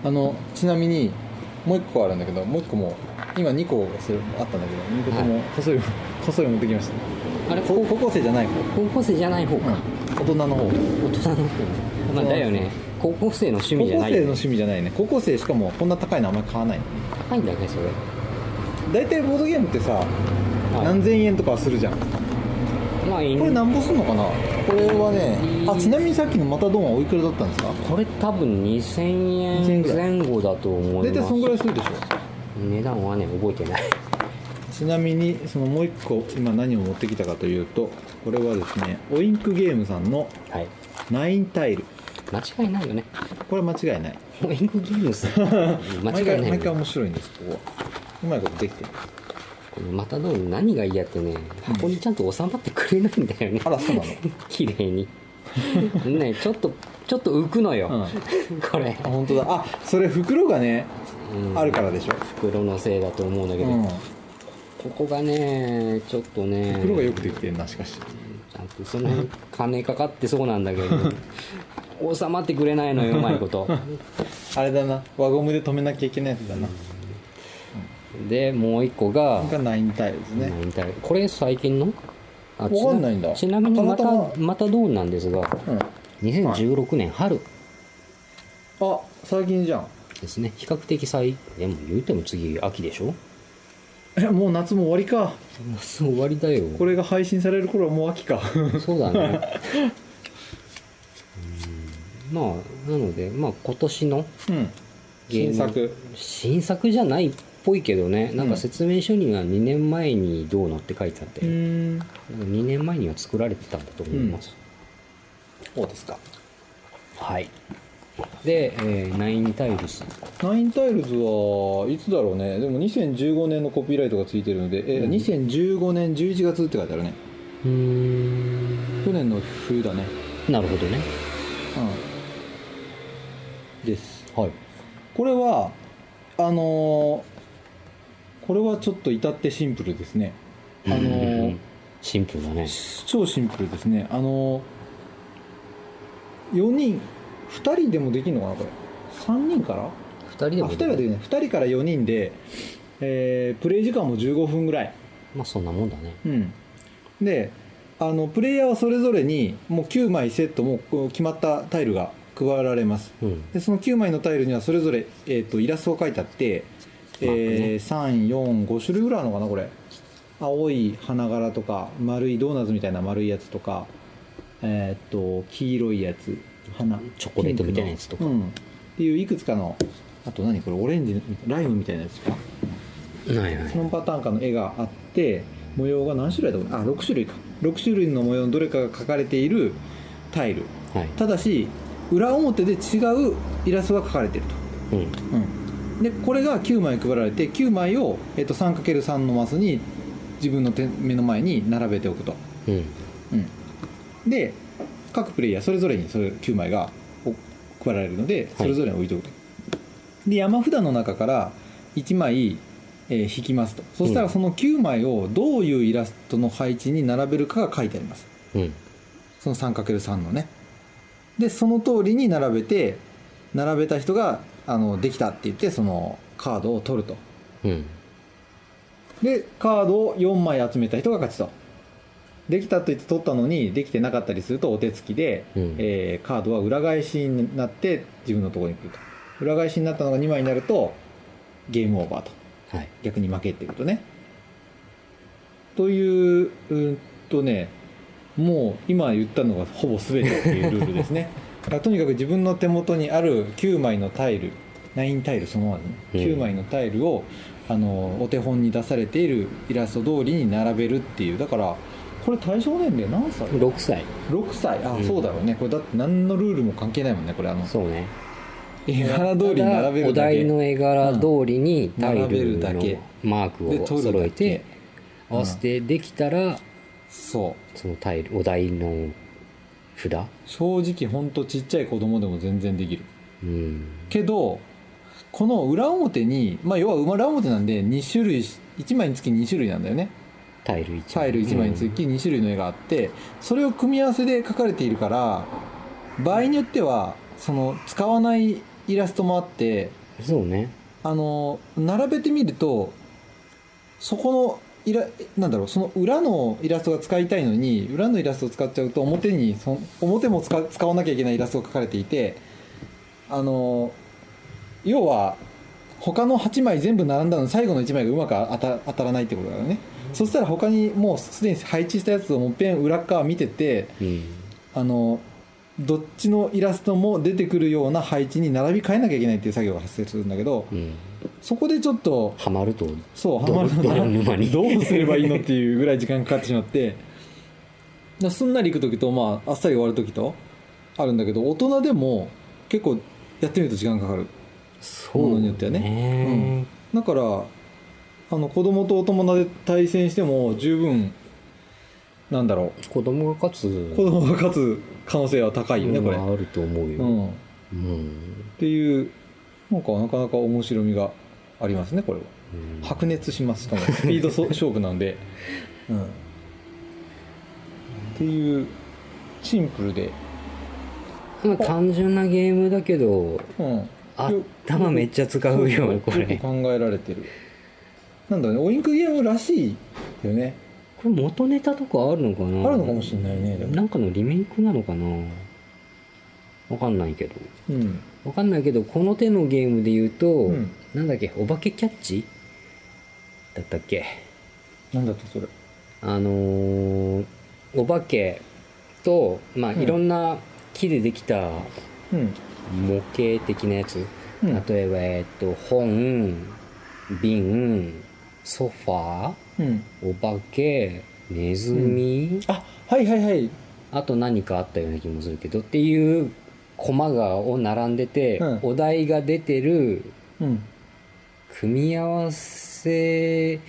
[SPEAKER 3] あのちなみにもう一個あるんだけどもう一個も今2個それあったんだけど2個ともこっそり、 こっそり持ってきました
[SPEAKER 2] あれ
[SPEAKER 3] こ高校生じゃない方
[SPEAKER 2] 高校生じゃない方か、
[SPEAKER 3] 大人の方
[SPEAKER 2] 大人の方まあだよね高校生の趣
[SPEAKER 3] 高
[SPEAKER 2] 味じ
[SPEAKER 3] 校
[SPEAKER 2] ゃ
[SPEAKER 3] 生の
[SPEAKER 2] ないよね
[SPEAKER 3] 趣味じゃないね高校生しかもこんな高いのあんまり買わないのね
[SPEAKER 2] 高いんだよねそれ
[SPEAKER 3] 大体ボードゲームってさ、
[SPEAKER 2] い
[SPEAKER 3] 何千円とかはするじゃんこ
[SPEAKER 2] まあいい
[SPEAKER 3] れなんぼすんのかなこれはね
[SPEAKER 2] うん
[SPEAKER 3] あちなみにさっきのまたドンはおいくらだったんですか
[SPEAKER 2] これ多分2000
[SPEAKER 3] 2000円
[SPEAKER 2] 円
[SPEAKER 3] ぐら
[SPEAKER 2] 前後だと思い
[SPEAKER 3] 大
[SPEAKER 2] ま
[SPEAKER 3] 体
[SPEAKER 2] す
[SPEAKER 3] そんぐらいするでしょ
[SPEAKER 2] 値段はね覚えてない
[SPEAKER 3] ちなみにそのもう一個今何を持ってきたかというとこれはですねオインクゲームさんの
[SPEAKER 2] はい
[SPEAKER 3] ナインタイル
[SPEAKER 2] 間違いないよね
[SPEAKER 3] これは間違いない
[SPEAKER 2] もうインクゲームス 間違いない
[SPEAKER 3] 毎回毎回
[SPEAKER 2] よね
[SPEAKER 3] 面白いんですここはうまいことできてる
[SPEAKER 2] このマタドーン何が嫌ってね箱にちゃんと収まってくれないんだよね
[SPEAKER 3] あらそう なの
[SPEAKER 2] 綺麗にねちょっとちょっと浮くのよ、これ
[SPEAKER 3] あ、本当だあそれ袋がね
[SPEAKER 2] うん
[SPEAKER 3] あるからでしょ、
[SPEAKER 2] 袋のせいだと思うんだけど、
[SPEAKER 3] うん
[SPEAKER 2] ここがねちょっとね
[SPEAKER 3] 袋がよくできてるなしかし
[SPEAKER 2] ちゃんとその辺金かかってそうなんだけど収まってくれないのようまい こと
[SPEAKER 3] あれだな輪ゴムで止めなきゃいけないやつだな
[SPEAKER 2] でもう一個が
[SPEAKER 3] がナインタイルですね
[SPEAKER 2] 何体これ最近のあち
[SPEAKER 3] わかんないんだ
[SPEAKER 2] ちなみにま
[SPEAKER 3] た
[SPEAKER 2] た
[SPEAKER 3] また
[SPEAKER 2] またどうなんですが
[SPEAKER 3] うんあ
[SPEAKER 2] 2016年春
[SPEAKER 3] 最近じゃん
[SPEAKER 2] ですね比較的最でも言うても次秋でしょ
[SPEAKER 3] えもう夏も終わりか
[SPEAKER 2] そう終わりだよ
[SPEAKER 3] これが配信される頃はもう秋 か
[SPEAKER 2] そうだね うんまあなのでまあ今年の
[SPEAKER 3] うん
[SPEAKER 2] ゲーム
[SPEAKER 3] 新作
[SPEAKER 2] 新作じゃないっぽいけどねなん
[SPEAKER 3] う
[SPEAKER 2] か
[SPEAKER 3] ん
[SPEAKER 2] 説明書には2年前にどうのって書いてあって、
[SPEAKER 3] うーん
[SPEAKER 2] 2年前には作られてたんだと思います、
[SPEAKER 3] そうですか
[SPEAKER 2] はいで、えーナインタイルス
[SPEAKER 3] ナインタイルズはいつだろうねでも2015年のコピーライトがついてるので、え
[SPEAKER 2] うん
[SPEAKER 3] 2015年11月って書いてあるね
[SPEAKER 2] うーん
[SPEAKER 3] 去年の冬だね
[SPEAKER 2] なるほどね
[SPEAKER 3] うんです
[SPEAKER 2] はい
[SPEAKER 3] これはあのーこれはちょっと至ってシンプルですねあの ー
[SPEAKER 2] シンプルだね
[SPEAKER 3] 超シンプルですねあの4人2人でもできるのかなこれ3人から
[SPEAKER 2] 2人で
[SPEAKER 3] あ
[SPEAKER 2] も
[SPEAKER 3] 2人はできるね2人から4人で、えープレイ時間も15分ぐらい
[SPEAKER 2] まあそんなもんだね
[SPEAKER 3] うんであのプレイヤーはそれぞれにもう9枚セットもこう決まったタイルが配られます
[SPEAKER 2] うん
[SPEAKER 3] でその9枚のタイルにはそれぞれ、えー、とイラストが書いてあって、えー、345種類ぐらいあるのかなこれ青い花柄とか丸いドーナツみたいな丸いやつとかえっ、と黄色いやつ花
[SPEAKER 2] チョコレートみたいなやつとか
[SPEAKER 3] ピンクのうん、っていういくつかのあと何これオレンジライムみたいなやつとか
[SPEAKER 2] はいはい
[SPEAKER 3] 3パターンかの絵があって模様が何種類だろうなあ6種類か6種類の模様のどれかが描かれているタイル
[SPEAKER 2] はい
[SPEAKER 3] ただし裏表で違うイラストが描かれてると
[SPEAKER 2] うん
[SPEAKER 3] でこれが9枚配られて9枚を、えっと 3×3 のマスに自分の手目の前に並べておくと、
[SPEAKER 2] うん
[SPEAKER 3] うん、で各プレイヤーそれぞれにそれ9枚がお配られるのでそれぞれに置いておくと、で山札の中から1枚、えー引きますとそした
[SPEAKER 2] う
[SPEAKER 3] ら
[SPEAKER 2] ん
[SPEAKER 3] その9枚をどういうイラストの配置に並べるかが書いてあります
[SPEAKER 2] うん
[SPEAKER 3] その 3×3 のねでその通りに並べて並べた人があのできたって言ってそのカードを取ると
[SPEAKER 2] うん
[SPEAKER 3] でカードを4枚集めた人が勝ちとできたと言って取ったのにできてなかったりするとお手つきで、
[SPEAKER 2] うん
[SPEAKER 3] えーカードは裏返しになって自分のところに来ると裏返しになったのが2枚になるとゲームオーバーと
[SPEAKER 2] はい
[SPEAKER 3] 逆に負けってことねといううーんとねもう今言ったのがほぼ全てっていうルールで すねだからとにかく自分の手元にある9枚のタイル9タイルそのままですね、
[SPEAKER 2] うん
[SPEAKER 3] 9枚のタイルをあのお手本に出されているイラスト通りに並べるっていうだからこれ対象年齢何歳
[SPEAKER 2] 6歳
[SPEAKER 3] 6歳あ、
[SPEAKER 2] うん
[SPEAKER 3] そうだろうねこれだって何のルールも関係ないもんねこれあの
[SPEAKER 2] そうね
[SPEAKER 3] 絵柄通りに
[SPEAKER 2] た
[SPEAKER 3] 並べ
[SPEAKER 2] だお
[SPEAKER 3] るだ
[SPEAKER 2] 題
[SPEAKER 3] け
[SPEAKER 2] の絵柄通りにタイ
[SPEAKER 3] 並べ
[SPEAKER 2] ル
[SPEAKER 3] るだ
[SPEAKER 2] の
[SPEAKER 3] け
[SPEAKER 2] マーク
[SPEAKER 3] で
[SPEAKER 2] を
[SPEAKER 3] 取る
[SPEAKER 2] 揃
[SPEAKER 3] だ
[SPEAKER 2] え
[SPEAKER 3] け
[SPEAKER 2] て合わせてできたら
[SPEAKER 3] そう
[SPEAKER 2] そのタイルお題の札
[SPEAKER 3] 正直ほんとちっちゃい子供でも全然できる
[SPEAKER 2] うん
[SPEAKER 3] けどこの裏表に、まあ、要は裏表なんで2種類1枚につき2種類なんだよね
[SPEAKER 2] タイル1枚
[SPEAKER 3] タイル1枚につき2種類の絵があってそれを組み合わせで描かれているから場合によってはその使わないイラストもあって
[SPEAKER 2] うんそうね
[SPEAKER 3] あの並べてみるとそこのイラなんだろうその裏のイラストが使いたいのに裏のイラストを使っちゃうと表にその表も使使わなきゃいけないイラストが描かれていてあの要は他の8枚全部並んだのに最後の1枚がうまく当た当たらないってことだよね、そしたら他にもうすでに配置したやつをもっぺん裏っ側見てて
[SPEAKER 2] うん
[SPEAKER 3] あのどっちのイラストも出てくるような配置に並び替えなきゃいけないっていう作業が発生するんだけど、
[SPEAKER 2] うん
[SPEAKER 3] そこでちょっと、
[SPEAKER 2] ハマると
[SPEAKER 3] そう、
[SPEAKER 2] ど
[SPEAKER 3] ハマるの
[SPEAKER 2] 泥沼
[SPEAKER 3] な
[SPEAKER 2] に
[SPEAKER 3] どうすればいいのっていうぐらい時間かかってしまって、だからすんなりいくときと、まあ、あっさり終わるときと、あるんだけど、大人でも結構やってみると時間かかる。
[SPEAKER 2] そう
[SPEAKER 3] ものによってはねだから、あの、子供と大人で対戦しても十分、なんだろ
[SPEAKER 2] うん子供が勝
[SPEAKER 3] う、
[SPEAKER 2] つ
[SPEAKER 3] 子供が勝つ可能性は高いよね、これ。
[SPEAKER 2] はあると思う
[SPEAKER 3] う
[SPEAKER 2] よ
[SPEAKER 3] ん。っ
[SPEAKER 2] うん
[SPEAKER 3] ていう、なんかなかなか面白みがありますね、これは。
[SPEAKER 2] うん
[SPEAKER 3] 白熱しますともスピードそ勝負なんで、 うん、っていうシンプルで、
[SPEAKER 2] まあ単純なゲームだけど
[SPEAKER 3] うん、よ
[SPEAKER 2] 頭めっちゃ使うよこ
[SPEAKER 3] よ
[SPEAKER 2] れ
[SPEAKER 3] く考えられてるなんだろうねオインクゲームらしいよね
[SPEAKER 2] これ元ネタとかあるのかな
[SPEAKER 3] あるのかもしれないねでも
[SPEAKER 2] なんかのリメイクなのかなわかんないけど
[SPEAKER 3] うん
[SPEAKER 2] わかんないけどこの手のゲームで言うと、
[SPEAKER 3] うん
[SPEAKER 2] なんだっけお化けキャッチだったっけ
[SPEAKER 3] なんだったそれ
[SPEAKER 2] あのーお化けと、まあ、
[SPEAKER 3] うん
[SPEAKER 2] いろんな木でできた
[SPEAKER 3] うん
[SPEAKER 2] 模型的なやつ、
[SPEAKER 3] うん
[SPEAKER 2] 例えば、えっと、本瓶ソファー
[SPEAKER 3] うん
[SPEAKER 2] お化けネズミ、
[SPEAKER 3] あはいはいはい
[SPEAKER 2] あと何かあったような気もするけどっていうコマがを並んでて、
[SPEAKER 3] うん
[SPEAKER 2] お題が出てる
[SPEAKER 3] うん
[SPEAKER 2] 組み合わせ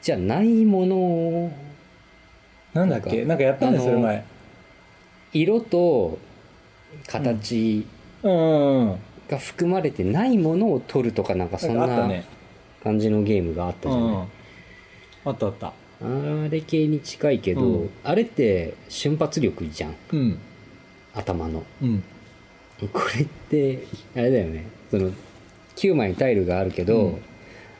[SPEAKER 2] じゃないものを
[SPEAKER 3] なんだっけなんかやったんです
[SPEAKER 2] あ
[SPEAKER 3] よ
[SPEAKER 2] の
[SPEAKER 3] 前
[SPEAKER 2] 色と形
[SPEAKER 3] うんうんうん
[SPEAKER 2] が含まれてないものを取るとかなんかそん
[SPEAKER 3] なんかあっ
[SPEAKER 2] な
[SPEAKER 3] たね
[SPEAKER 2] 感じのゲームがあった
[SPEAKER 3] う
[SPEAKER 2] じゃない、
[SPEAKER 3] んあったあった
[SPEAKER 2] あれ系に近いけど、
[SPEAKER 3] うん
[SPEAKER 2] あれって瞬発力じゃん
[SPEAKER 3] うん
[SPEAKER 2] 頭の
[SPEAKER 3] うん
[SPEAKER 2] これってあれだよねその9枚タイルがあるけど、
[SPEAKER 3] うん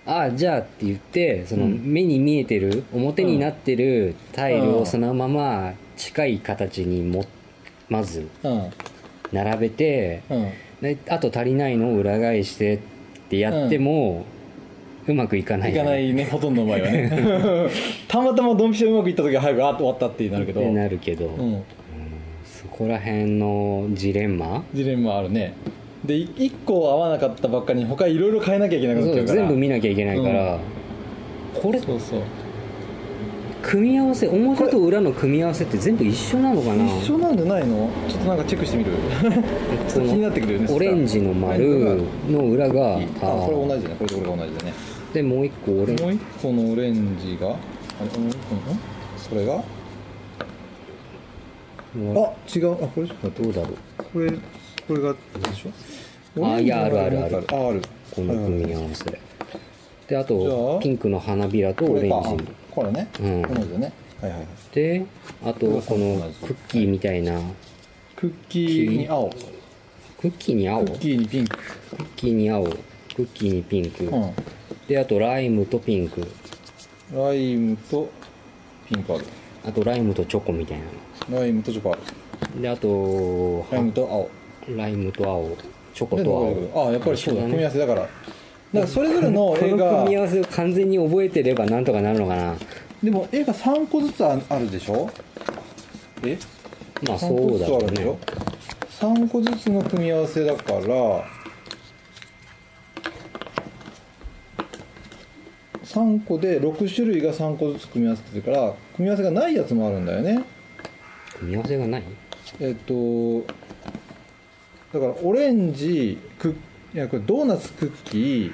[SPEAKER 2] ああじゃあって言ってその
[SPEAKER 3] うん
[SPEAKER 2] 目に見えてる表になってるタイル
[SPEAKER 3] う
[SPEAKER 2] を
[SPEAKER 3] ん
[SPEAKER 2] そのまま近い形にもまず
[SPEAKER 3] うん
[SPEAKER 2] 並べて
[SPEAKER 3] うん
[SPEAKER 2] であと足りないのを裏返してってやっても、うまくいかない
[SPEAKER 3] いかな いねほとんどの場合はねたまたまドンピシャうまくいった時は早くあ終わったってなるけ
[SPEAKER 2] っ
[SPEAKER 3] ど、
[SPEAKER 2] てなるけど、
[SPEAKER 3] うん、
[SPEAKER 2] そこら辺のジレンマ
[SPEAKER 3] ジレンマあるねでい一個合わなかったばっかりに他いろいろ変えなきゃいけなくなっち
[SPEAKER 2] そ
[SPEAKER 3] ゃう
[SPEAKER 2] う
[SPEAKER 3] から
[SPEAKER 2] 全部見なきゃいけないから、これ
[SPEAKER 3] そうそう
[SPEAKER 2] 組み合わせ表と裏の組み合わせって全部一緒なのかな
[SPEAKER 3] 一緒なんじゃないのちょっとなんかチェックしてみるちょっと気になってくるよね
[SPEAKER 2] オレンジの丸の裏が
[SPEAKER 3] あ
[SPEAKER 2] あ
[SPEAKER 3] これ同じだねこれとこれが同じだね
[SPEAKER 2] でもう一個オレン
[SPEAKER 3] もう一個のオレンジがあれうんうんうんそれがあ
[SPEAKER 2] あ
[SPEAKER 3] 違うあこれちょっと待って
[SPEAKER 2] どうだろう
[SPEAKER 3] これこれがでしょ
[SPEAKER 2] あいやあるあるある
[SPEAKER 3] あある
[SPEAKER 2] この組み合わせであ
[SPEAKER 3] じゃ
[SPEAKER 2] と
[SPEAKER 3] あ
[SPEAKER 2] ピンクの花びらと
[SPEAKER 3] こ
[SPEAKER 2] オレ
[SPEAKER 3] れか
[SPEAKER 2] ンジ
[SPEAKER 3] これね、
[SPEAKER 2] うん
[SPEAKER 3] 同じだねはいはいはい
[SPEAKER 2] であとこのクッキーみたいな
[SPEAKER 3] クッキーに青ク
[SPEAKER 2] クッキーに青ク
[SPEAKER 3] ッ
[SPEAKER 2] ッ
[SPEAKER 3] キーにピンク
[SPEAKER 2] キーに青クッキーにピンク、
[SPEAKER 3] う
[SPEAKER 2] であとライムとピンク
[SPEAKER 3] んライムとピンクある
[SPEAKER 2] あとライムとチョコみたいな
[SPEAKER 3] ライムとチョコある
[SPEAKER 2] のであと
[SPEAKER 3] ライムと青
[SPEAKER 2] ライムと青チョコ
[SPEAKER 3] で
[SPEAKER 2] と
[SPEAKER 3] 残
[SPEAKER 2] 青
[SPEAKER 3] りがあやっぱりそう
[SPEAKER 2] 一緒
[SPEAKER 3] だ
[SPEAKER 2] だね
[SPEAKER 3] 組み合わせだからだからそれぞれの
[SPEAKER 2] こ
[SPEAKER 3] 絵
[SPEAKER 2] の組み合
[SPEAKER 3] が
[SPEAKER 2] わせを完全に覚えてればなんとかなるのかな
[SPEAKER 3] でも絵が3個ずつああるでしょえ
[SPEAKER 2] まあ
[SPEAKER 3] 3
[SPEAKER 2] そ
[SPEAKER 3] 個
[SPEAKER 2] う
[SPEAKER 3] ず
[SPEAKER 2] だ
[SPEAKER 3] つあ
[SPEAKER 2] ろ
[SPEAKER 3] る
[SPEAKER 2] う
[SPEAKER 3] でし
[SPEAKER 2] ね
[SPEAKER 3] ょ3個ずつの組み合わせだから3個で6種類が3個ずつ組み合わせてるから組み合わせがないやつもあるんだよね
[SPEAKER 2] 組み合わせがない
[SPEAKER 3] えっとだからオレンジクッいやこれドーナツクッキー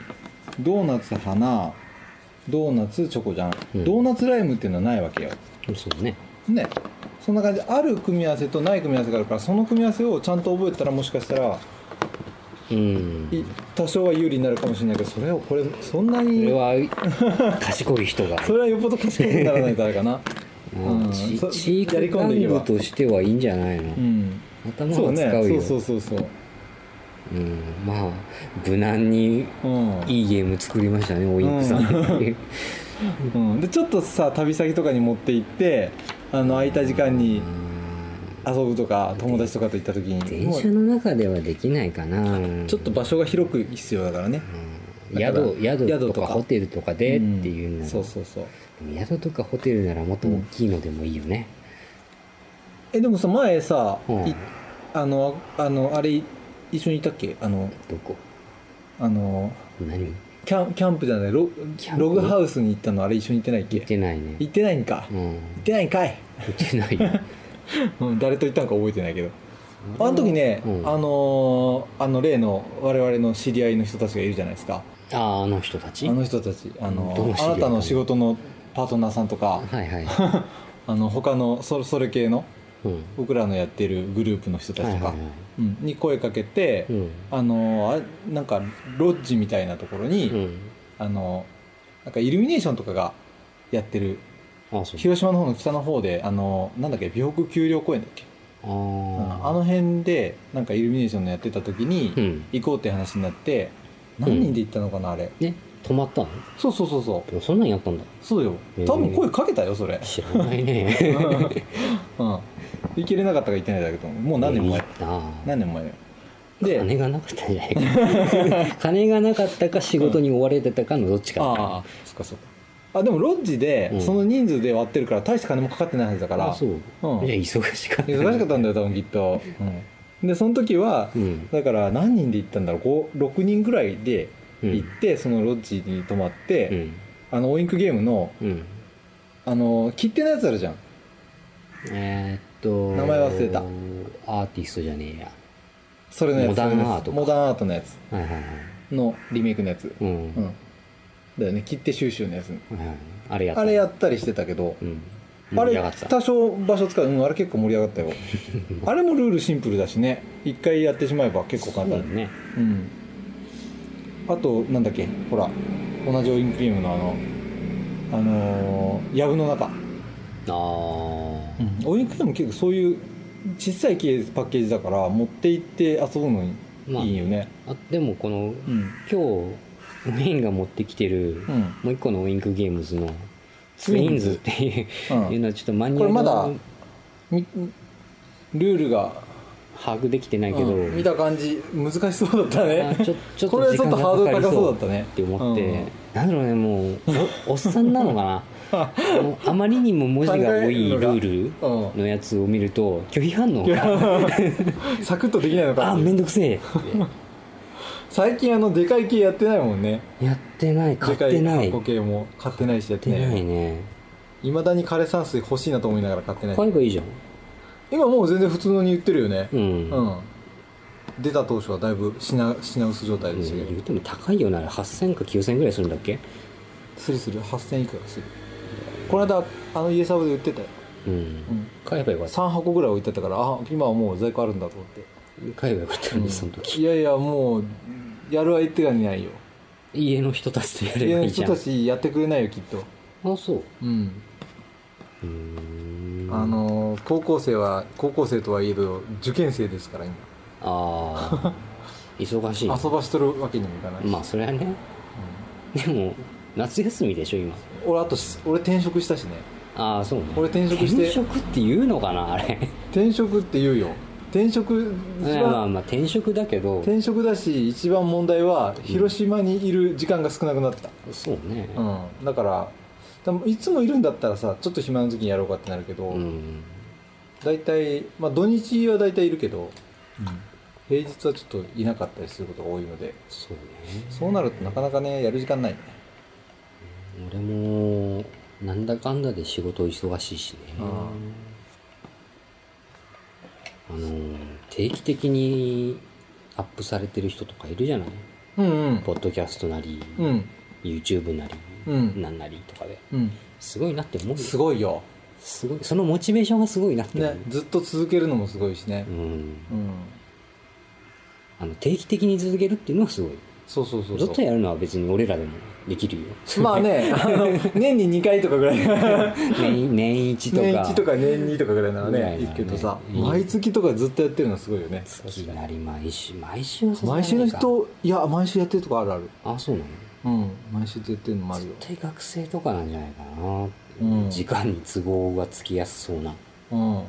[SPEAKER 3] ドーナツ花ドーナツチョコじゃん、
[SPEAKER 2] うん
[SPEAKER 3] ドーナツライムっていうのはないわけよ
[SPEAKER 2] そうね
[SPEAKER 3] ねそんな感じである組み合わせとない組み合わせがあるからその組み合わせをちゃんと覚えてたらもしかしたら
[SPEAKER 2] うん
[SPEAKER 3] い多少は有利になるかもしれないけどそれをこれそん
[SPEAKER 2] こ
[SPEAKER 3] な
[SPEAKER 2] れ
[SPEAKER 3] に
[SPEAKER 2] は賢い人が
[SPEAKER 3] それはよっぽど賢くならないからかな
[SPEAKER 2] うんち
[SPEAKER 3] そ
[SPEAKER 2] チー
[SPEAKER 3] やり
[SPEAKER 2] ク
[SPEAKER 3] 込
[SPEAKER 2] 玩
[SPEAKER 3] んでいけば
[SPEAKER 2] 具としてはいいんじゃないの、
[SPEAKER 3] うん
[SPEAKER 2] 頭
[SPEAKER 3] そ
[SPEAKER 2] を
[SPEAKER 3] うね
[SPEAKER 2] 使うよ
[SPEAKER 3] そうそうそうそう
[SPEAKER 2] うん、まあ無難に
[SPEAKER 3] うん
[SPEAKER 2] いいゲーム作りましたねオインクさん、
[SPEAKER 3] うん、でちょっとさ旅先とかに持って行ってあの空いた時間に遊ぶとか友達とかと行った時に
[SPEAKER 2] 電
[SPEAKER 3] も
[SPEAKER 2] 車
[SPEAKER 3] う
[SPEAKER 2] の中ではできないかな
[SPEAKER 3] ちょっと場所が広く必要だからね
[SPEAKER 2] うん
[SPEAKER 3] だから
[SPEAKER 2] 宿宿
[SPEAKER 3] 宿
[SPEAKER 2] と
[SPEAKER 3] と
[SPEAKER 2] か
[SPEAKER 3] か
[SPEAKER 2] ホテルとかでっていうんなら、
[SPEAKER 3] そうそうそう
[SPEAKER 2] でも宿とかホテルならもっと大きいのでもいいよね、
[SPEAKER 3] えでもさ前さ、
[SPEAKER 2] うん
[SPEAKER 3] いあのあのあれ一緒にいたっけあの
[SPEAKER 2] どこ
[SPEAKER 3] あの
[SPEAKER 2] 何
[SPEAKER 3] キャンキャンプじゃないロ
[SPEAKER 2] キャンプ
[SPEAKER 3] ログハウスに行ったのあれ一緒に行ってないっ
[SPEAKER 2] 行っ
[SPEAKER 3] け
[SPEAKER 2] てないね
[SPEAKER 3] 行ってないんか、
[SPEAKER 2] うん行
[SPEAKER 3] 行ってないんかい、
[SPEAKER 2] ってないよ
[SPEAKER 3] うん、誰と行ったのか覚えてないけどあの時ね、
[SPEAKER 2] うん
[SPEAKER 3] あのーあの例の我々の知り合いの人たちがいるじゃないですか
[SPEAKER 2] あああの人たち
[SPEAKER 3] あの人たちあ
[SPEAKER 2] どう
[SPEAKER 3] の
[SPEAKER 2] 知り合いな
[SPEAKER 3] あ
[SPEAKER 2] の
[SPEAKER 3] なたの仕事のパートナーさんとか
[SPEAKER 2] はい はい、
[SPEAKER 3] あの他のそそれ系の
[SPEAKER 2] うん、
[SPEAKER 3] 僕らのやってるグループの人た
[SPEAKER 2] はい
[SPEAKER 3] ち
[SPEAKER 2] はい
[SPEAKER 3] とか、
[SPEAKER 2] はい
[SPEAKER 3] うんに声かけて、
[SPEAKER 2] うん
[SPEAKER 3] あのあなんかロッジみたいなところに、
[SPEAKER 2] うん
[SPEAKER 3] あのなんかイルミネーションとかがやってる
[SPEAKER 2] あそう
[SPEAKER 3] 広島の方の北の方であのなんだっけ美北丘陵公園だっけ、
[SPEAKER 2] あ
[SPEAKER 3] うん
[SPEAKER 2] ー
[SPEAKER 3] あの辺でなんかイルミネーションのやってた時に、
[SPEAKER 2] うん
[SPEAKER 3] 行こうって話になって何人で行ったのかなあれ、
[SPEAKER 2] ね止まったの
[SPEAKER 3] そうそうそうそう
[SPEAKER 2] でもそんなんやったんだ
[SPEAKER 3] そうよ
[SPEAKER 2] へー
[SPEAKER 3] 多分声かけたよそれ
[SPEAKER 2] 知らないね
[SPEAKER 3] うん行けれなかったか行ってないだけどもう何年前
[SPEAKER 2] ああ
[SPEAKER 3] 何年前よで
[SPEAKER 2] 金がなかったんじゃない か金がなかったか仕事に追われてたかのどっちかだね
[SPEAKER 3] ああそっかそっかあでもロッジ
[SPEAKER 2] う
[SPEAKER 3] で
[SPEAKER 2] ん
[SPEAKER 3] その人数で割ってるから大して金もかかってないはずだから
[SPEAKER 2] あそう、
[SPEAKER 3] うん
[SPEAKER 2] いや忙しかった
[SPEAKER 3] 忙しかったんだよ多分きっと、うんでその時は
[SPEAKER 2] うん
[SPEAKER 3] だから何人で行ったんだろうこう6人ぐらいで
[SPEAKER 2] うん
[SPEAKER 3] 行って、そのロッジに泊まっ
[SPEAKER 2] う
[SPEAKER 3] て、
[SPEAKER 2] ん
[SPEAKER 3] あのオインクゲームの
[SPEAKER 2] うん
[SPEAKER 3] あの切手のやつあるじゃん
[SPEAKER 2] えーっと
[SPEAKER 3] 名前忘れた
[SPEAKER 2] アーティストじゃねえや
[SPEAKER 3] それのやつ
[SPEAKER 2] モダンアートか
[SPEAKER 3] モダンアートのやつ
[SPEAKER 2] はいはいはい
[SPEAKER 3] のリメイクのやつ、
[SPEAKER 2] うん、
[SPEAKER 3] うん、だよね切手収集のやつ
[SPEAKER 2] はいはいあれやった
[SPEAKER 3] あれやったりしてたけど、
[SPEAKER 2] うん
[SPEAKER 3] あ
[SPEAKER 2] 盛り上がっ
[SPEAKER 3] れ
[SPEAKER 2] てた
[SPEAKER 3] 多少場所使う、うん、あれ結構盛り上がったよ あれもルールシンプルだしね一回やってしまえば結構簡
[SPEAKER 2] そうだ
[SPEAKER 3] 単
[SPEAKER 2] ね
[SPEAKER 3] うんあとなんだっけほら同じオインクリームのあのあのー藪の中、
[SPEAKER 2] ああ
[SPEAKER 3] オインクリーム結構そういう小さいケースパッケージだから持って行って遊ぶのに
[SPEAKER 2] まあ
[SPEAKER 3] いいよね、
[SPEAKER 2] あでもこの
[SPEAKER 3] うん
[SPEAKER 2] 今日メインが持ってきてる
[SPEAKER 3] うん
[SPEAKER 2] もう一個のウインクゲームズのツインズっていう
[SPEAKER 3] うん
[SPEAKER 2] いうのはちょっとマニュ
[SPEAKER 3] こ
[SPEAKER 2] ア
[SPEAKER 3] れ
[SPEAKER 2] ル
[SPEAKER 3] まだ
[SPEAKER 2] が
[SPEAKER 3] みルールが、
[SPEAKER 2] 把握できてないけど、
[SPEAKER 3] うん見た感じ難しそうだった
[SPEAKER 2] あ
[SPEAKER 3] ね
[SPEAKER 2] ちょちょっ
[SPEAKER 3] ことれ
[SPEAKER 2] 時
[SPEAKER 3] ちょ
[SPEAKER 2] 間
[SPEAKER 3] っと
[SPEAKER 2] が
[SPEAKER 3] ハード
[SPEAKER 2] か
[SPEAKER 3] ル
[SPEAKER 2] かり
[SPEAKER 3] 高そ
[SPEAKER 2] そうう
[SPEAKER 3] だったね
[SPEAKER 2] って思って、
[SPEAKER 3] うん
[SPEAKER 2] なんだろうねもうおおっさんなのか なもうあまりにも文字が多いルール
[SPEAKER 3] うん
[SPEAKER 2] のやつを見ると拒否反応が
[SPEAKER 3] サクッとできないの
[SPEAKER 2] 「あ
[SPEAKER 3] か
[SPEAKER 2] めんどくせ え」っ
[SPEAKER 3] 最近あのでかい系やってないもんね
[SPEAKER 2] てやってない買っ
[SPEAKER 3] でか
[SPEAKER 2] てない
[SPEAKER 3] 箱系も買ってないしやって
[SPEAKER 2] やって
[SPEAKER 3] ない
[SPEAKER 2] ないね
[SPEAKER 3] いまだに枯山水欲しいなと思いながら買ってない
[SPEAKER 2] 買えばいいじゃん
[SPEAKER 3] 今もう全然普通のに売ってるよね
[SPEAKER 2] うん、
[SPEAKER 3] う
[SPEAKER 2] うん
[SPEAKER 3] ん、出た当初はだいぶ品品薄状態でしたけど、
[SPEAKER 2] 言うても高いよなあれ8000か9000ぐらいするんだっけ
[SPEAKER 3] するする8000いくらするこの間あの家サブで売ってたよ、
[SPEAKER 2] うん、
[SPEAKER 3] うん、
[SPEAKER 2] 買えばよかった
[SPEAKER 3] 3箱ぐらい置いてあったからあ今はもう在庫あるんだと思って、
[SPEAKER 2] 買えばよかったよね、その
[SPEAKER 3] い
[SPEAKER 2] 時
[SPEAKER 3] やいやもうやる相手がいないよ
[SPEAKER 2] 家の人たちとやれ
[SPEAKER 3] 家
[SPEAKER 2] ばい
[SPEAKER 3] の
[SPEAKER 2] いじ
[SPEAKER 3] 人
[SPEAKER 2] ゃん
[SPEAKER 3] たちやってくれないよきっと
[SPEAKER 2] あそう
[SPEAKER 3] うん、
[SPEAKER 2] うーん
[SPEAKER 3] あの高校生は高校生とはいえど受験生ですから今
[SPEAKER 2] あ ー忙しい
[SPEAKER 3] 遊ばしとるわけにもいかないし、
[SPEAKER 2] まあそれはねでも夏休みでしょ今
[SPEAKER 3] うん俺あとし俺転職したしね
[SPEAKER 2] ああそうね
[SPEAKER 3] 俺転職して
[SPEAKER 2] 転職って言うのかなあれ
[SPEAKER 3] 転職って言うよ転職一
[SPEAKER 2] まあ
[SPEAKER 3] 番
[SPEAKER 2] まあ転職だけど
[SPEAKER 3] 転職だし一番問題は広島にいる時間が少なくなった、
[SPEAKER 2] そうね
[SPEAKER 3] うんだからでもいつもいるんだったらさちょっと暇な時にやろうかってなるけど、
[SPEAKER 2] うん
[SPEAKER 3] 大体まあ土日は大体いるけど、平日はちょっといなかったりすることが多いので
[SPEAKER 2] そうね
[SPEAKER 3] そうなるとなかなかねやる時間ないね、
[SPEAKER 2] 俺もなんだかんだで仕事忙しいしね
[SPEAKER 3] あ
[SPEAKER 2] あの定期的にアップされてる人とかいるじゃない
[SPEAKER 3] うんうん
[SPEAKER 2] ポッドキャストなり、
[SPEAKER 3] うん
[SPEAKER 2] YouTube なり、
[SPEAKER 3] うん
[SPEAKER 2] なんなりとかで
[SPEAKER 3] うん
[SPEAKER 2] すごいなって思うよ
[SPEAKER 3] すごいよ、
[SPEAKER 2] すごいそのモチベーションがすごいなって思う、
[SPEAKER 3] ね、ずっと続けるのもすごいしね
[SPEAKER 2] うん
[SPEAKER 3] うん、
[SPEAKER 2] あの定期的に続けるっていうのはすごい
[SPEAKER 3] そうそうそう
[SPEAKER 2] ず
[SPEAKER 3] そ
[SPEAKER 2] っと
[SPEAKER 3] う
[SPEAKER 2] やるのは別に俺らでもできる よ
[SPEAKER 3] まあねあの年に2回とかぐらい
[SPEAKER 2] 年年一とか
[SPEAKER 3] 年1とか年2とかぐらいなら
[SPEAKER 2] ぐらいな
[SPEAKER 3] ね
[SPEAKER 2] らね
[SPEAKER 3] いいけどさ、
[SPEAKER 2] うん
[SPEAKER 3] 毎月とかずっとやってるのはすごいよね
[SPEAKER 2] 月なり毎週毎週はさすがに
[SPEAKER 3] 毎週の
[SPEAKER 2] か
[SPEAKER 3] 人いや毎週やってるとこあるある
[SPEAKER 2] あそうなの
[SPEAKER 3] うん毎週やってるのもあるよ
[SPEAKER 2] 絶対学生とかなんじゃないかなっていう、
[SPEAKER 3] うん
[SPEAKER 2] 時間に都合がつきやすそうな
[SPEAKER 3] うん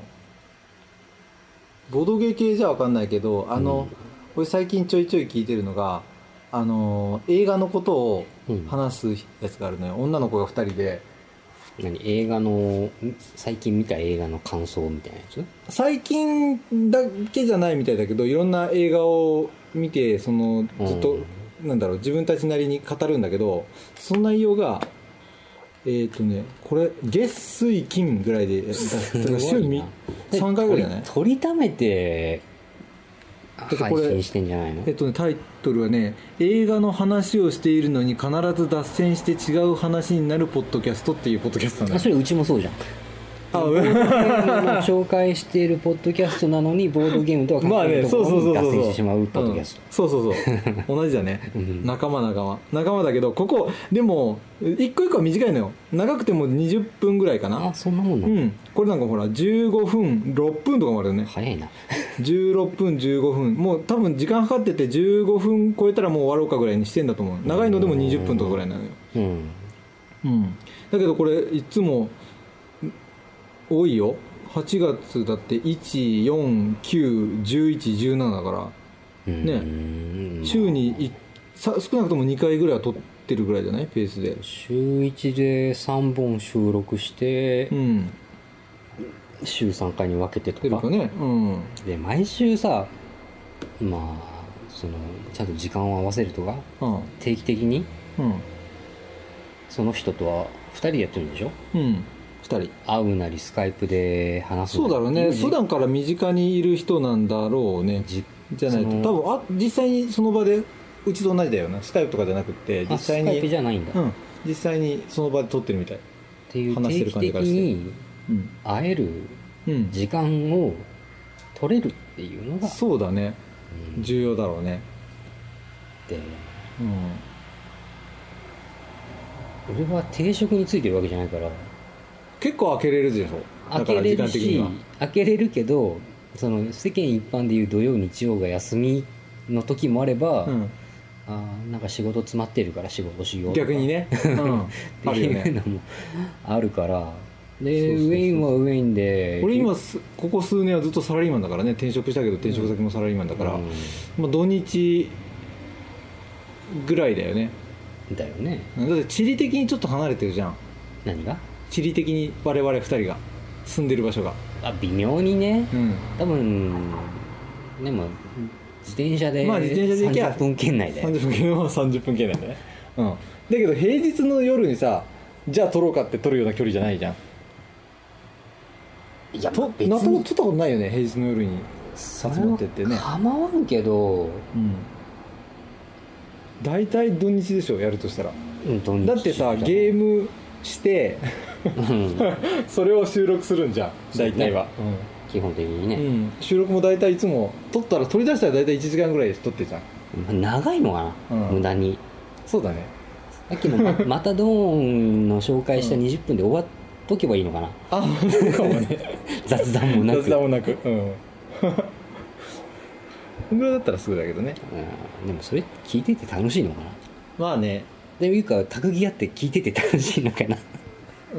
[SPEAKER 3] ボドゲ系じゃ分かんないけどあの、俺最近ちょいちょい聞いてるのがあの映画のことを
[SPEAKER 2] うん
[SPEAKER 3] 話すやつがあるのよ、女の子が2人で
[SPEAKER 2] 何映画のん最近見た映画の感想みたいなやつ
[SPEAKER 3] 最近だけじゃないみたいだけどいろんな映画を見てそのずっと、なんだろう自分たちなりに語るんだけどその内容がえっ、とねこれ月水金ぐらいでだだから週に
[SPEAKER 2] で
[SPEAKER 3] 3回ぐらいじゃない
[SPEAKER 2] 取り取りためて
[SPEAKER 3] て
[SPEAKER 2] 配
[SPEAKER 3] これ
[SPEAKER 2] 信してんじゃないの
[SPEAKER 3] えっとね、タイトルはね映画の話をしているのに必ず脱線して違う話になるポッドキャストっていうポッドキャストなん
[SPEAKER 2] あ
[SPEAKER 3] だ
[SPEAKER 2] それうちもそうじゃん
[SPEAKER 3] あうん
[SPEAKER 2] ボードゲームを紹介しているポッドキャストなのにボードゲームとは関
[SPEAKER 3] まあ
[SPEAKER 2] 係
[SPEAKER 3] ね
[SPEAKER 2] ない
[SPEAKER 3] そ
[SPEAKER 2] と
[SPEAKER 3] う
[SPEAKER 2] こ
[SPEAKER 3] そう
[SPEAKER 2] ろ
[SPEAKER 3] そ
[SPEAKER 2] に脱線し
[SPEAKER 3] うそうそ
[SPEAKER 2] て
[SPEAKER 3] う
[SPEAKER 2] しまうポッドキャスト
[SPEAKER 3] そうそうそう同じだね
[SPEAKER 2] ん
[SPEAKER 3] 仲間仲間仲間だけどここでも一個一個は短いのよ長くても20分ぐらいかな
[SPEAKER 2] あそんなもんな
[SPEAKER 3] う
[SPEAKER 2] の
[SPEAKER 3] んこれなんかほら15分6分とかもあるよね
[SPEAKER 2] 早いな
[SPEAKER 3] 16分15分もう多分時間かかってて15分超えたらもう終わろうかぐらいにしてんだと思う長いのでも20分とかぐらいなのよ
[SPEAKER 2] うん
[SPEAKER 3] うん、だけどこれいつもん多いよ8月だって14911117だから、
[SPEAKER 2] うん
[SPEAKER 3] ね
[SPEAKER 2] うん
[SPEAKER 3] 週にいさ少なくとも2回ぐらいは撮ってるぐらいじゃないペースで
[SPEAKER 2] 週1で3本収録して
[SPEAKER 3] うん
[SPEAKER 2] 週3回に分けてと
[SPEAKER 3] 出る
[SPEAKER 2] か
[SPEAKER 3] かねうん
[SPEAKER 2] で毎週さまあそのちゃんと時間を合わせるとか
[SPEAKER 3] うん
[SPEAKER 2] 定期的に
[SPEAKER 3] うん
[SPEAKER 2] その人とは2人でやってるんでしょ
[SPEAKER 3] うん2人
[SPEAKER 2] 会うなりスカイプで話す
[SPEAKER 3] そうだろうね
[SPEAKER 2] そ
[SPEAKER 3] 普
[SPEAKER 2] うだ
[SPEAKER 3] 段から身近にいる人なんだろうね
[SPEAKER 2] じ
[SPEAKER 3] じゃないと
[SPEAKER 2] その
[SPEAKER 3] 多分あ実際にその場でうちと同じだよなスカイプとかじゃなくって
[SPEAKER 2] あ
[SPEAKER 3] 実
[SPEAKER 2] スカ
[SPEAKER 3] 際
[SPEAKER 2] イプ
[SPEAKER 3] に
[SPEAKER 2] じゃないんだ、
[SPEAKER 3] う
[SPEAKER 2] っ
[SPEAKER 3] ん実際にその場で撮ってるみたい
[SPEAKER 2] ていう
[SPEAKER 3] 話し
[SPEAKER 2] 定
[SPEAKER 3] てる
[SPEAKER 2] 期
[SPEAKER 3] 感じ
[SPEAKER 2] 的
[SPEAKER 3] からして
[SPEAKER 2] に
[SPEAKER 3] うん
[SPEAKER 2] 会える
[SPEAKER 3] うん
[SPEAKER 2] 時間を取れるっていうのが、
[SPEAKER 3] そうだね
[SPEAKER 2] うん
[SPEAKER 3] 重要だろうね
[SPEAKER 2] で
[SPEAKER 3] うん
[SPEAKER 2] 俺は定職についてるわけじゃないから
[SPEAKER 3] 結構開けれるでしょだ
[SPEAKER 2] 開
[SPEAKER 3] か
[SPEAKER 2] け
[SPEAKER 3] ら
[SPEAKER 2] れ
[SPEAKER 3] 時
[SPEAKER 2] る
[SPEAKER 3] 間的に
[SPEAKER 2] し
[SPEAKER 3] は
[SPEAKER 2] 開けれるけどその世間一般でいう土曜日曜が休みの時もあれば、
[SPEAKER 3] う
[SPEAKER 2] あーなんか仕事詰まってるから仕事しようんとか
[SPEAKER 3] 逆にねうんあ
[SPEAKER 2] って
[SPEAKER 3] るよ
[SPEAKER 2] いう
[SPEAKER 3] ね
[SPEAKER 2] のもあるからで
[SPEAKER 3] そうそうそう
[SPEAKER 2] ウェインはウェインで
[SPEAKER 3] 俺今すここ数年はずっとサラリーマンだからね転職したけど転職先もサラリーマンだから、
[SPEAKER 2] うん
[SPEAKER 3] まあ、土日ぐらいだよね
[SPEAKER 2] だよね
[SPEAKER 3] だって地理的にちょっと離れてるじゃん
[SPEAKER 2] 何が
[SPEAKER 3] 地理的に我々2人が住んでる場所が
[SPEAKER 2] あ微妙にね
[SPEAKER 3] うん
[SPEAKER 2] 多分でも自転車で
[SPEAKER 3] まあ自転車で行けば
[SPEAKER 2] 30分圏内で
[SPEAKER 3] 30分圏は30分圏内だねうんだけど平日の夜にさじゃあ取ろうかって取るような距離じゃないじゃん
[SPEAKER 2] いや
[SPEAKER 3] と
[SPEAKER 2] 別
[SPEAKER 3] 納豆取
[SPEAKER 2] に
[SPEAKER 3] ったことないよね平日の夜に集まってってね、
[SPEAKER 2] 構わんけど
[SPEAKER 3] うん、大体土日でしょやるとしたらだってさゲー
[SPEAKER 2] ム
[SPEAKER 3] ムして それを収録するんじゃん大体は、
[SPEAKER 2] 基本的に
[SPEAKER 3] うん
[SPEAKER 2] ね、
[SPEAKER 3] 収録も大体いつも撮ったら取り出したら大体1時間ぐらいで撮ってじゃん
[SPEAKER 2] 長いのかな、
[SPEAKER 3] うん
[SPEAKER 2] 無駄に
[SPEAKER 3] そうだね
[SPEAKER 2] さっき のままたドーンの紹介した
[SPEAKER 3] うん
[SPEAKER 2] 20分で終わっとけばいいのかな
[SPEAKER 3] あそうかもね
[SPEAKER 2] 雑談もなく
[SPEAKER 3] 雑談もなくうん こんぐらいだったらすぐだけどね
[SPEAKER 2] うんでもそれ聞いてて楽しいのかな
[SPEAKER 3] まあね
[SPEAKER 2] でもいうか卓ギアって聞いてて楽しいのかな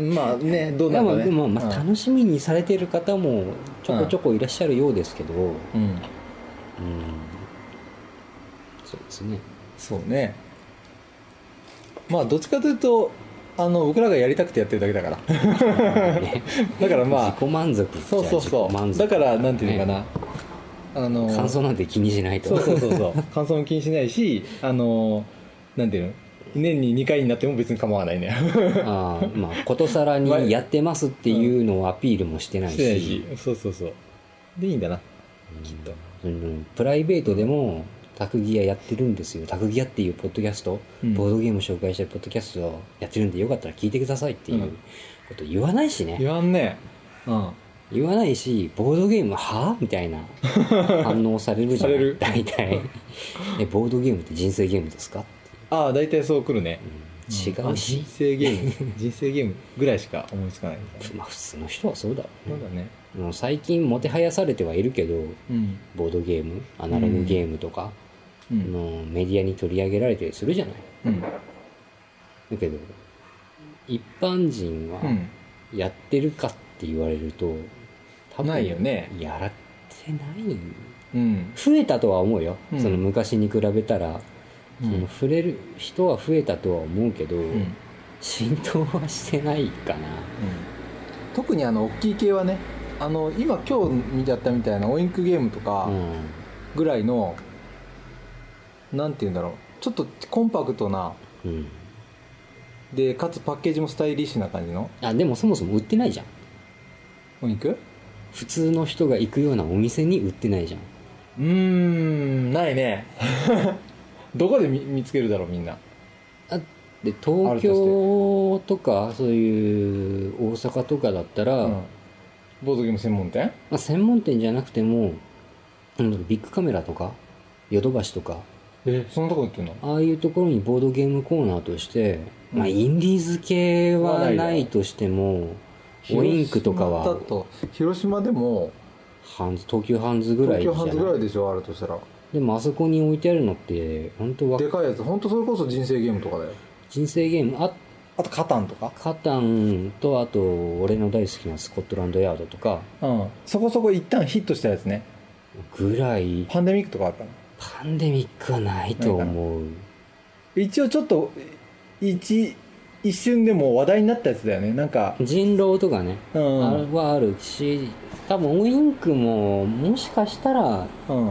[SPEAKER 3] まあねどう
[SPEAKER 2] で
[SPEAKER 3] なるか
[SPEAKER 2] も
[SPEAKER 3] ね
[SPEAKER 2] でも、まあ、
[SPEAKER 3] うん
[SPEAKER 2] 楽しみにされてる方もちょこちょこいらっしゃるようですけど、うん、
[SPEAKER 3] うん
[SPEAKER 2] そうですね
[SPEAKER 3] そうねまあどっちかというとあの僕らがやりたくてやってるだけだから だからまあ
[SPEAKER 2] 自己満足っちゃ
[SPEAKER 3] そうそう
[SPEAKER 2] 自己
[SPEAKER 3] そ
[SPEAKER 2] 満
[SPEAKER 3] う
[SPEAKER 2] 足
[SPEAKER 3] だからなんていうのかな、あの
[SPEAKER 2] 感想なんて気にしないと
[SPEAKER 3] そうそうそう そう感想も気にしないしあのなんていうの年に2回になっても別に構わないね
[SPEAKER 2] あーまあことさらにやってますっていうのをアピールもしてない
[SPEAKER 3] し
[SPEAKER 2] し,、
[SPEAKER 3] てないしそうそうそうでいいんだなきっと
[SPEAKER 2] うん、プライベートでもタクギアやってるんですよタクギアっていうポッドキャスト、
[SPEAKER 3] うん
[SPEAKER 2] ボードゲーム紹介してるポッドキャストをやってるんでよかったら聞いてくださいっていうこと言わないしね、
[SPEAKER 3] 言わんねうん
[SPEAKER 2] 言わないしボードゲームはみたい な反応されるじゃ
[SPEAKER 3] さ
[SPEAKER 2] ん
[SPEAKER 3] れる
[SPEAKER 2] 大 体えボードゲームって人生ゲームですか
[SPEAKER 3] ああ大体そう来るね
[SPEAKER 2] 違
[SPEAKER 3] んあ
[SPEAKER 2] うし
[SPEAKER 3] 人、生ゲーム人生ゲームぐらいしか思いつかない
[SPEAKER 2] まあ普通の人はそうだろう
[SPEAKER 3] そ
[SPEAKER 2] ね
[SPEAKER 3] うだね
[SPEAKER 2] もう最近もてはやされてはいるけど
[SPEAKER 3] うん、
[SPEAKER 2] ボードゲームアナログゲームとか、
[SPEAKER 3] う
[SPEAKER 2] あ
[SPEAKER 3] ん
[SPEAKER 2] のメディアに取り上げられたりするじゃない
[SPEAKER 3] うん
[SPEAKER 2] だけど一般人は
[SPEAKER 3] うん
[SPEAKER 2] やってるかって言われると多分
[SPEAKER 3] ないよね
[SPEAKER 2] やらってない
[SPEAKER 3] うん
[SPEAKER 2] 増えたとは思うよ、
[SPEAKER 3] うん
[SPEAKER 2] その昔に比べたら、
[SPEAKER 3] う
[SPEAKER 2] その
[SPEAKER 3] ん
[SPEAKER 2] 触れる人は増えたとは思うけど、
[SPEAKER 3] うん
[SPEAKER 2] 浸透はしてないかな
[SPEAKER 3] 特にあの大きい系はねあの今今日見てやったみたいなオインクゲームとか
[SPEAKER 2] うん
[SPEAKER 3] ぐらいの、なんて言うんだろうちょっとコンパクトな
[SPEAKER 2] うん
[SPEAKER 3] でかつパッケージもスタイリッシュな感じの
[SPEAKER 2] あでもそもそも売ってないじゃん
[SPEAKER 3] お肉
[SPEAKER 2] 普通の人が行くようなお店に売ってないじゃん
[SPEAKER 3] うーんないね どこで見見つけるだろうみんな
[SPEAKER 2] で東京とかそういう大阪とかだったら、
[SPEAKER 3] うん
[SPEAKER 2] ま
[SPEAKER 3] ボードゲーム専門店
[SPEAKER 2] あ、専門店じゃなくてもなんだろうビッグカメラとかヨドバシとか
[SPEAKER 3] えそんなとこ売ってんの
[SPEAKER 2] ああいうところにボードゲームコーナーとして、まあ、
[SPEAKER 3] うん
[SPEAKER 2] インディーズ系
[SPEAKER 3] は
[SPEAKER 2] は
[SPEAKER 3] ないな
[SPEAKER 2] ないとしても、オインクとかは
[SPEAKER 3] 広島だと広島でも
[SPEAKER 2] ハンズ東急ハンズぐら
[SPEAKER 3] 東
[SPEAKER 2] いじ
[SPEAKER 3] 京
[SPEAKER 2] ゃ
[SPEAKER 3] ハンズぐ
[SPEAKER 2] な
[SPEAKER 3] ら
[SPEAKER 2] い
[SPEAKER 3] いでしょあるとしたら
[SPEAKER 2] でもあそこに置いてあるのって本当は
[SPEAKER 3] でかいやつ本当それこそ人生ゲームとかだよ
[SPEAKER 2] 人生ゲームあ
[SPEAKER 3] あとカタンとか
[SPEAKER 2] カタンとあと俺の大好きなスコットランドヤードとか
[SPEAKER 3] うんそこそこ一旦ヒットしたやつね
[SPEAKER 2] ぐらい
[SPEAKER 3] パンデミックとかあったの
[SPEAKER 2] パンデミックはないと思う
[SPEAKER 3] 一応ちょっと一一瞬でも話題になったやつだよねなんか
[SPEAKER 2] 人狼とかね、
[SPEAKER 3] う
[SPEAKER 2] あ
[SPEAKER 3] ん
[SPEAKER 2] れはあるし多分オインクももしかしたら
[SPEAKER 3] うん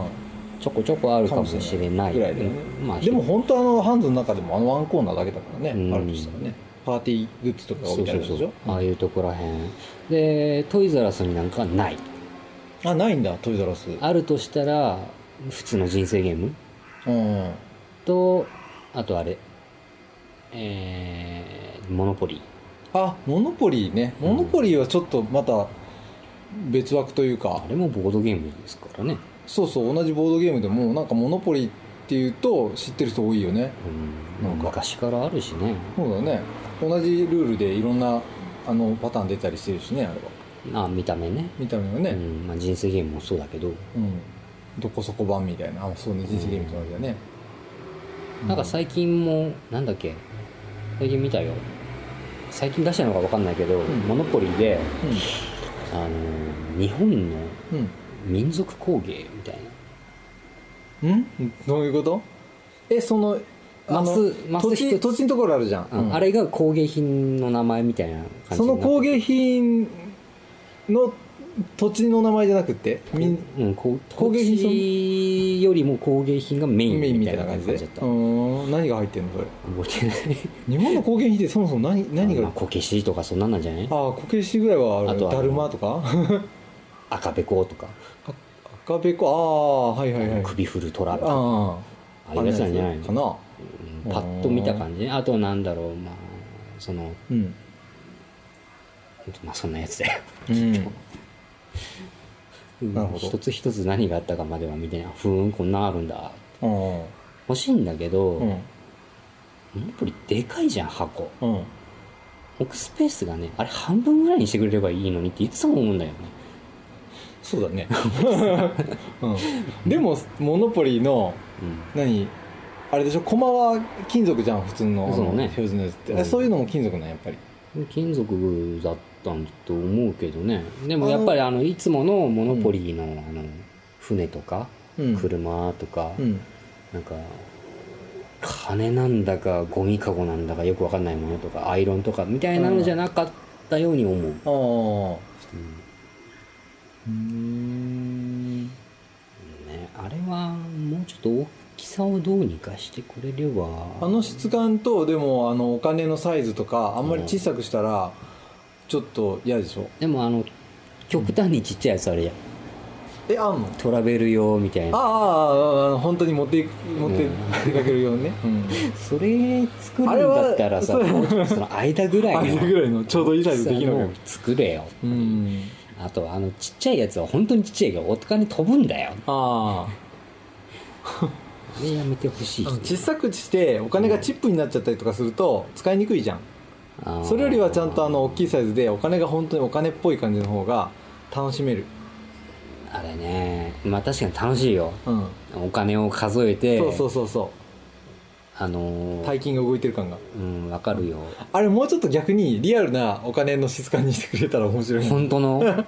[SPEAKER 2] ちょこちょこあるかもしれない
[SPEAKER 3] ぐらいだよね
[SPEAKER 2] うんまあ
[SPEAKER 3] でも本当あのハンズの中でもあのワンコーナーだけだから
[SPEAKER 2] うん
[SPEAKER 3] ねあるとしたらねパーティーグッズとかが
[SPEAKER 2] そ
[SPEAKER 3] 置いうてあ
[SPEAKER 2] そ
[SPEAKER 3] る
[SPEAKER 2] うんそ
[SPEAKER 3] でし
[SPEAKER 2] う
[SPEAKER 3] ょ
[SPEAKER 2] ああいうとこらへんでトイザらスになんかはない
[SPEAKER 3] あないんだトイザラス
[SPEAKER 2] あるとしたら普通の人生ゲーム
[SPEAKER 3] うん
[SPEAKER 2] とあとあれえー、モノポリ
[SPEAKER 3] あモノポリーねモノポリーはちょっとまた別枠というか
[SPEAKER 2] あれもボードゲームですからね
[SPEAKER 3] そうそう同じボードゲームでもなんかモノポリーっていうと知ってる人多いよね
[SPEAKER 2] うん
[SPEAKER 3] なんか
[SPEAKER 2] 昔からあるしね
[SPEAKER 3] そうだね同じルールでいろんなあのパターン出たりしてるしねあれは
[SPEAKER 2] まあ見た目ね
[SPEAKER 3] 見た目は
[SPEAKER 2] う
[SPEAKER 3] ね
[SPEAKER 2] んまあ、人生ゲームもそうだけど、
[SPEAKER 3] うん、どこそこ版みたいなあそうね人生ゲームと同じだね、
[SPEAKER 2] なんか最近もなんだっけ最近見たよ最近出したのか分かんないけど、
[SPEAKER 3] ん
[SPEAKER 2] モノポリで、
[SPEAKER 3] う
[SPEAKER 2] あのー日本の
[SPEAKER 3] ん
[SPEAKER 2] 民族工芸みたいな
[SPEAKER 3] うん、うん、どういうことえそのあの
[SPEAKER 2] マスマス
[SPEAKER 3] 土
[SPEAKER 2] 一
[SPEAKER 3] 地
[SPEAKER 2] つ
[SPEAKER 3] 土地のところあるじゃん、
[SPEAKER 2] あ
[SPEAKER 3] うん
[SPEAKER 2] あれが工芸品の名前みたいな感じ
[SPEAKER 3] その工芸
[SPEAKER 2] 品
[SPEAKER 3] 品の土地の名前じゃなくてみん
[SPEAKER 2] うん、こ
[SPEAKER 3] 工
[SPEAKER 2] 工
[SPEAKER 3] 芸
[SPEAKER 2] 芸
[SPEAKER 3] 品その
[SPEAKER 2] 品よりも工芸品がメイン
[SPEAKER 3] メイン
[SPEAKER 2] み
[SPEAKER 3] み
[SPEAKER 2] た
[SPEAKER 3] た
[SPEAKER 2] い
[SPEAKER 3] い
[SPEAKER 2] な
[SPEAKER 3] な
[SPEAKER 2] 感
[SPEAKER 3] 感
[SPEAKER 2] じ
[SPEAKER 3] じ
[SPEAKER 2] だ
[SPEAKER 3] で
[SPEAKER 2] った
[SPEAKER 3] うーん何が入ってんのそれ
[SPEAKER 2] 覚えて
[SPEAKER 3] 日本の工芸品ってそもそも何
[SPEAKER 2] ない
[SPEAKER 3] 何
[SPEAKER 2] ま
[SPEAKER 3] が
[SPEAKER 2] あこけしとかそんなんなんじゃない
[SPEAKER 3] ああこけしぐらいはある
[SPEAKER 2] あ
[SPEAKER 3] ね
[SPEAKER 2] とは
[SPEAKER 3] だるまとか
[SPEAKER 2] 赤べことか、
[SPEAKER 3] あ赤べこああはいはいはい
[SPEAKER 2] 首振る虎とか
[SPEAKER 3] ああ
[SPEAKER 2] ありがちなんじゃない
[SPEAKER 3] か
[SPEAKER 2] の、
[SPEAKER 3] な
[SPEAKER 2] うんパッと見た感じねあとはなんだろうまあその
[SPEAKER 3] うん、
[SPEAKER 2] ほんとまあそんなやつだよ
[SPEAKER 3] うん、
[SPEAKER 2] うん
[SPEAKER 3] なるほど
[SPEAKER 2] 一つ一つ何があったかまでは見てないふーんこんなんあるんだ
[SPEAKER 3] うん
[SPEAKER 2] 欲しいんだけど、
[SPEAKER 3] うん
[SPEAKER 2] モプリでかいじゃん箱
[SPEAKER 3] うん
[SPEAKER 2] 置くスペースがねあれ半分ぐらいにしてくれればいいのにっていつも思うんだよね
[SPEAKER 3] そ うだね、うん、でもモノポリの
[SPEAKER 2] うん
[SPEAKER 3] 何あれでしょ駒は金属じゃん普通のあの
[SPEAKER 2] そうね
[SPEAKER 3] 標準のやつって、
[SPEAKER 2] うん
[SPEAKER 3] そういうのも金属なんやっぱり
[SPEAKER 2] 金属だったんと思うけどねでもやっぱりあのいつものモノポリーの,、あの船とか
[SPEAKER 3] うん
[SPEAKER 2] 車とか、
[SPEAKER 3] うん
[SPEAKER 2] なんか金なんだかゴミかごなんだかよくわかんないものとかアイロンとかみたいなのじゃなかったように思う、うん
[SPEAKER 3] ああうん
[SPEAKER 2] ね、あれはもうちょっと大きさをどうにかしてくれれば
[SPEAKER 3] あの質感とでもあのお金のサイズとかあんまり小さくしたらちょっと嫌でしょ
[SPEAKER 2] でもあの極端にちっちゃいやつあれじゃん
[SPEAKER 3] えあんの
[SPEAKER 2] トラベル用みたい
[SPEAKER 3] あ
[SPEAKER 2] な
[SPEAKER 3] あああああ本当に持っていく持って
[SPEAKER 2] うん
[SPEAKER 3] 出かけるようにね、
[SPEAKER 2] それ作るんだったらさ
[SPEAKER 3] あれは
[SPEAKER 2] もうちょっとその間ぐらい
[SPEAKER 3] あ
[SPEAKER 2] の
[SPEAKER 3] れぐらいのちょうどいいサイズでき
[SPEAKER 2] 大
[SPEAKER 3] る
[SPEAKER 2] きさ
[SPEAKER 3] の
[SPEAKER 2] の作れよ
[SPEAKER 3] うん
[SPEAKER 2] あとあのちっちゃいやつは本当にちっちゃいけどお金飛ぶんだよ
[SPEAKER 3] ああ
[SPEAKER 2] あれやめてほしい
[SPEAKER 3] あの小さくしてお金がチップになっちゃったりとかすると使いにくいじゃん
[SPEAKER 2] あー
[SPEAKER 3] それよりはちゃんとあの大きいサイズでお金が本当にお金っぽい感じの方が楽しめる
[SPEAKER 2] あれねまあ確かに楽しいよ
[SPEAKER 3] うん
[SPEAKER 2] お金を数えて
[SPEAKER 3] そうそうそうそ
[SPEAKER 2] あの
[SPEAKER 3] う
[SPEAKER 2] ー
[SPEAKER 3] 大金が動いてる感が
[SPEAKER 2] うんわかるよ
[SPEAKER 3] あれもうちょっと逆にリアルなお金の質感にしてくれたら面白いね
[SPEAKER 2] 本当 の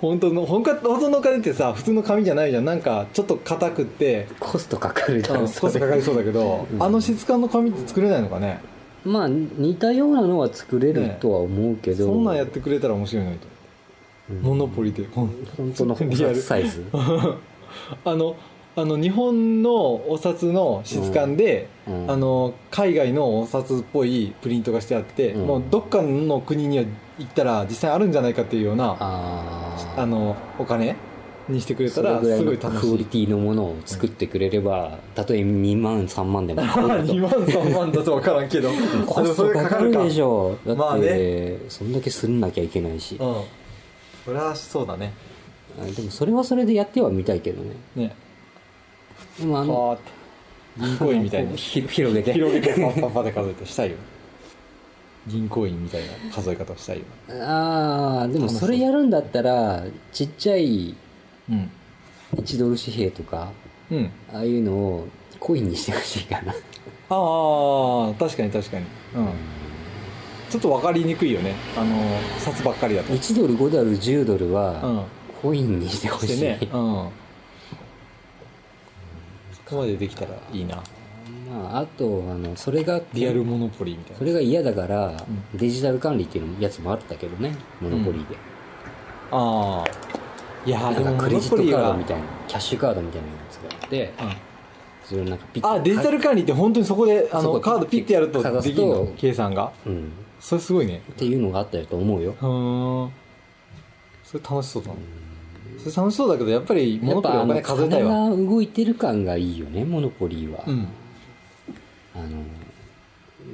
[SPEAKER 3] 本当の本か本当のお金ってさ普通の紙じゃないじゃんなんかちょっと硬くって
[SPEAKER 2] コストかかるだ
[SPEAKER 3] あ
[SPEAKER 2] ろ
[SPEAKER 3] の
[SPEAKER 2] う
[SPEAKER 3] 少しかかりそうだけど、
[SPEAKER 2] うん
[SPEAKER 3] あの質感の紙って作れないのかね
[SPEAKER 2] まあ似たようなのは作れるとは思うけど、
[SPEAKER 3] そんなんやってくれたら面白いのにと、
[SPEAKER 2] うん
[SPEAKER 3] モノポリでほん
[SPEAKER 2] 本当の本
[SPEAKER 3] リアル
[SPEAKER 2] 札サイ ズ、
[SPEAKER 3] あのあの日本のお札の質感で、
[SPEAKER 2] うん
[SPEAKER 3] あの海外のお札っぽいプリントがしてあって、
[SPEAKER 2] うん
[SPEAKER 3] もうどっかの国には行ったら実際あるんじゃないかっていうようなあ
[SPEAKER 2] あー
[SPEAKER 3] のお金にしてくれた
[SPEAKER 2] それ
[SPEAKER 3] ら
[SPEAKER 2] ぐら
[SPEAKER 3] す
[SPEAKER 2] い
[SPEAKER 3] ご
[SPEAKER 2] の
[SPEAKER 3] い楽
[SPEAKER 2] ク
[SPEAKER 3] し
[SPEAKER 2] オリ
[SPEAKER 3] い。
[SPEAKER 2] ティのものを作ってくれればたとえ2万3万 でも
[SPEAKER 3] 2万3万だと分からんけど
[SPEAKER 2] コストかかるでしょだって、
[SPEAKER 3] まあね
[SPEAKER 2] そんだけすんなきゃいけないし
[SPEAKER 3] う、んそれはそうだね
[SPEAKER 2] あでもそれはそれでやってはみたいけどね
[SPEAKER 3] ね
[SPEAKER 2] でもあ
[SPEAKER 3] パ
[SPEAKER 2] の
[SPEAKER 3] ーって銀行員みたい に
[SPEAKER 2] ひ広げて
[SPEAKER 3] 広げてパッパッパで数えてしたいよ銀行員みたいな数え方をしたいよ
[SPEAKER 2] ああでもそれやるんだったらちっちゃい
[SPEAKER 3] うん
[SPEAKER 2] 1ドル紙幣とか
[SPEAKER 3] うん
[SPEAKER 2] ああいうのをコインにしてほしいかな
[SPEAKER 3] ああ確かに確かにうんちょっと分かりにくいよねあの札ばっかりだと
[SPEAKER 2] 1ドル5ドル10ドル
[SPEAKER 3] う
[SPEAKER 2] は
[SPEAKER 3] ん
[SPEAKER 2] コインにしてほ
[SPEAKER 3] そ
[SPEAKER 2] し
[SPEAKER 3] し
[SPEAKER 2] い、
[SPEAKER 3] てねうんここまでできたらいいな
[SPEAKER 2] まああとあのそれが
[SPEAKER 3] リアルモノポリーみたい
[SPEAKER 2] そ
[SPEAKER 3] な
[SPEAKER 2] れが嫌だから、
[SPEAKER 3] う
[SPEAKER 2] デジタル管理っていうやつもあったけどねモノポリーで、
[SPEAKER 3] ああいやーで
[SPEAKER 2] な
[SPEAKER 3] も
[SPEAKER 2] んかク
[SPEAKER 3] モ
[SPEAKER 2] レ
[SPEAKER 3] ノ
[SPEAKER 2] ジッ
[SPEAKER 3] ポ
[SPEAKER 2] トカ
[SPEAKER 3] リー
[SPEAKER 2] ー
[SPEAKER 3] は
[SPEAKER 2] ドみたいなキャッシュカードみたいなやつがあって
[SPEAKER 3] うん
[SPEAKER 2] それをなんかピッ
[SPEAKER 3] あデジタル管理って本当にそこであ
[SPEAKER 2] そこ
[SPEAKER 3] のカードピッてやると
[SPEAKER 2] かざすと
[SPEAKER 3] できるの計算が
[SPEAKER 2] うん
[SPEAKER 3] それすごいね
[SPEAKER 2] っていうのがあったと思うよ
[SPEAKER 3] ふーんそれ楽しそうだなそれ楽しそうだけどやっぱりモ
[SPEAKER 2] やっ
[SPEAKER 3] ノポリ
[SPEAKER 2] ぱ
[SPEAKER 3] ー
[SPEAKER 2] あ
[SPEAKER 3] お
[SPEAKER 2] の
[SPEAKER 3] 金数えたい
[SPEAKER 2] 金
[SPEAKER 3] わ
[SPEAKER 2] が動いてる感がいいよねモノポリーは、
[SPEAKER 3] うん
[SPEAKER 2] あの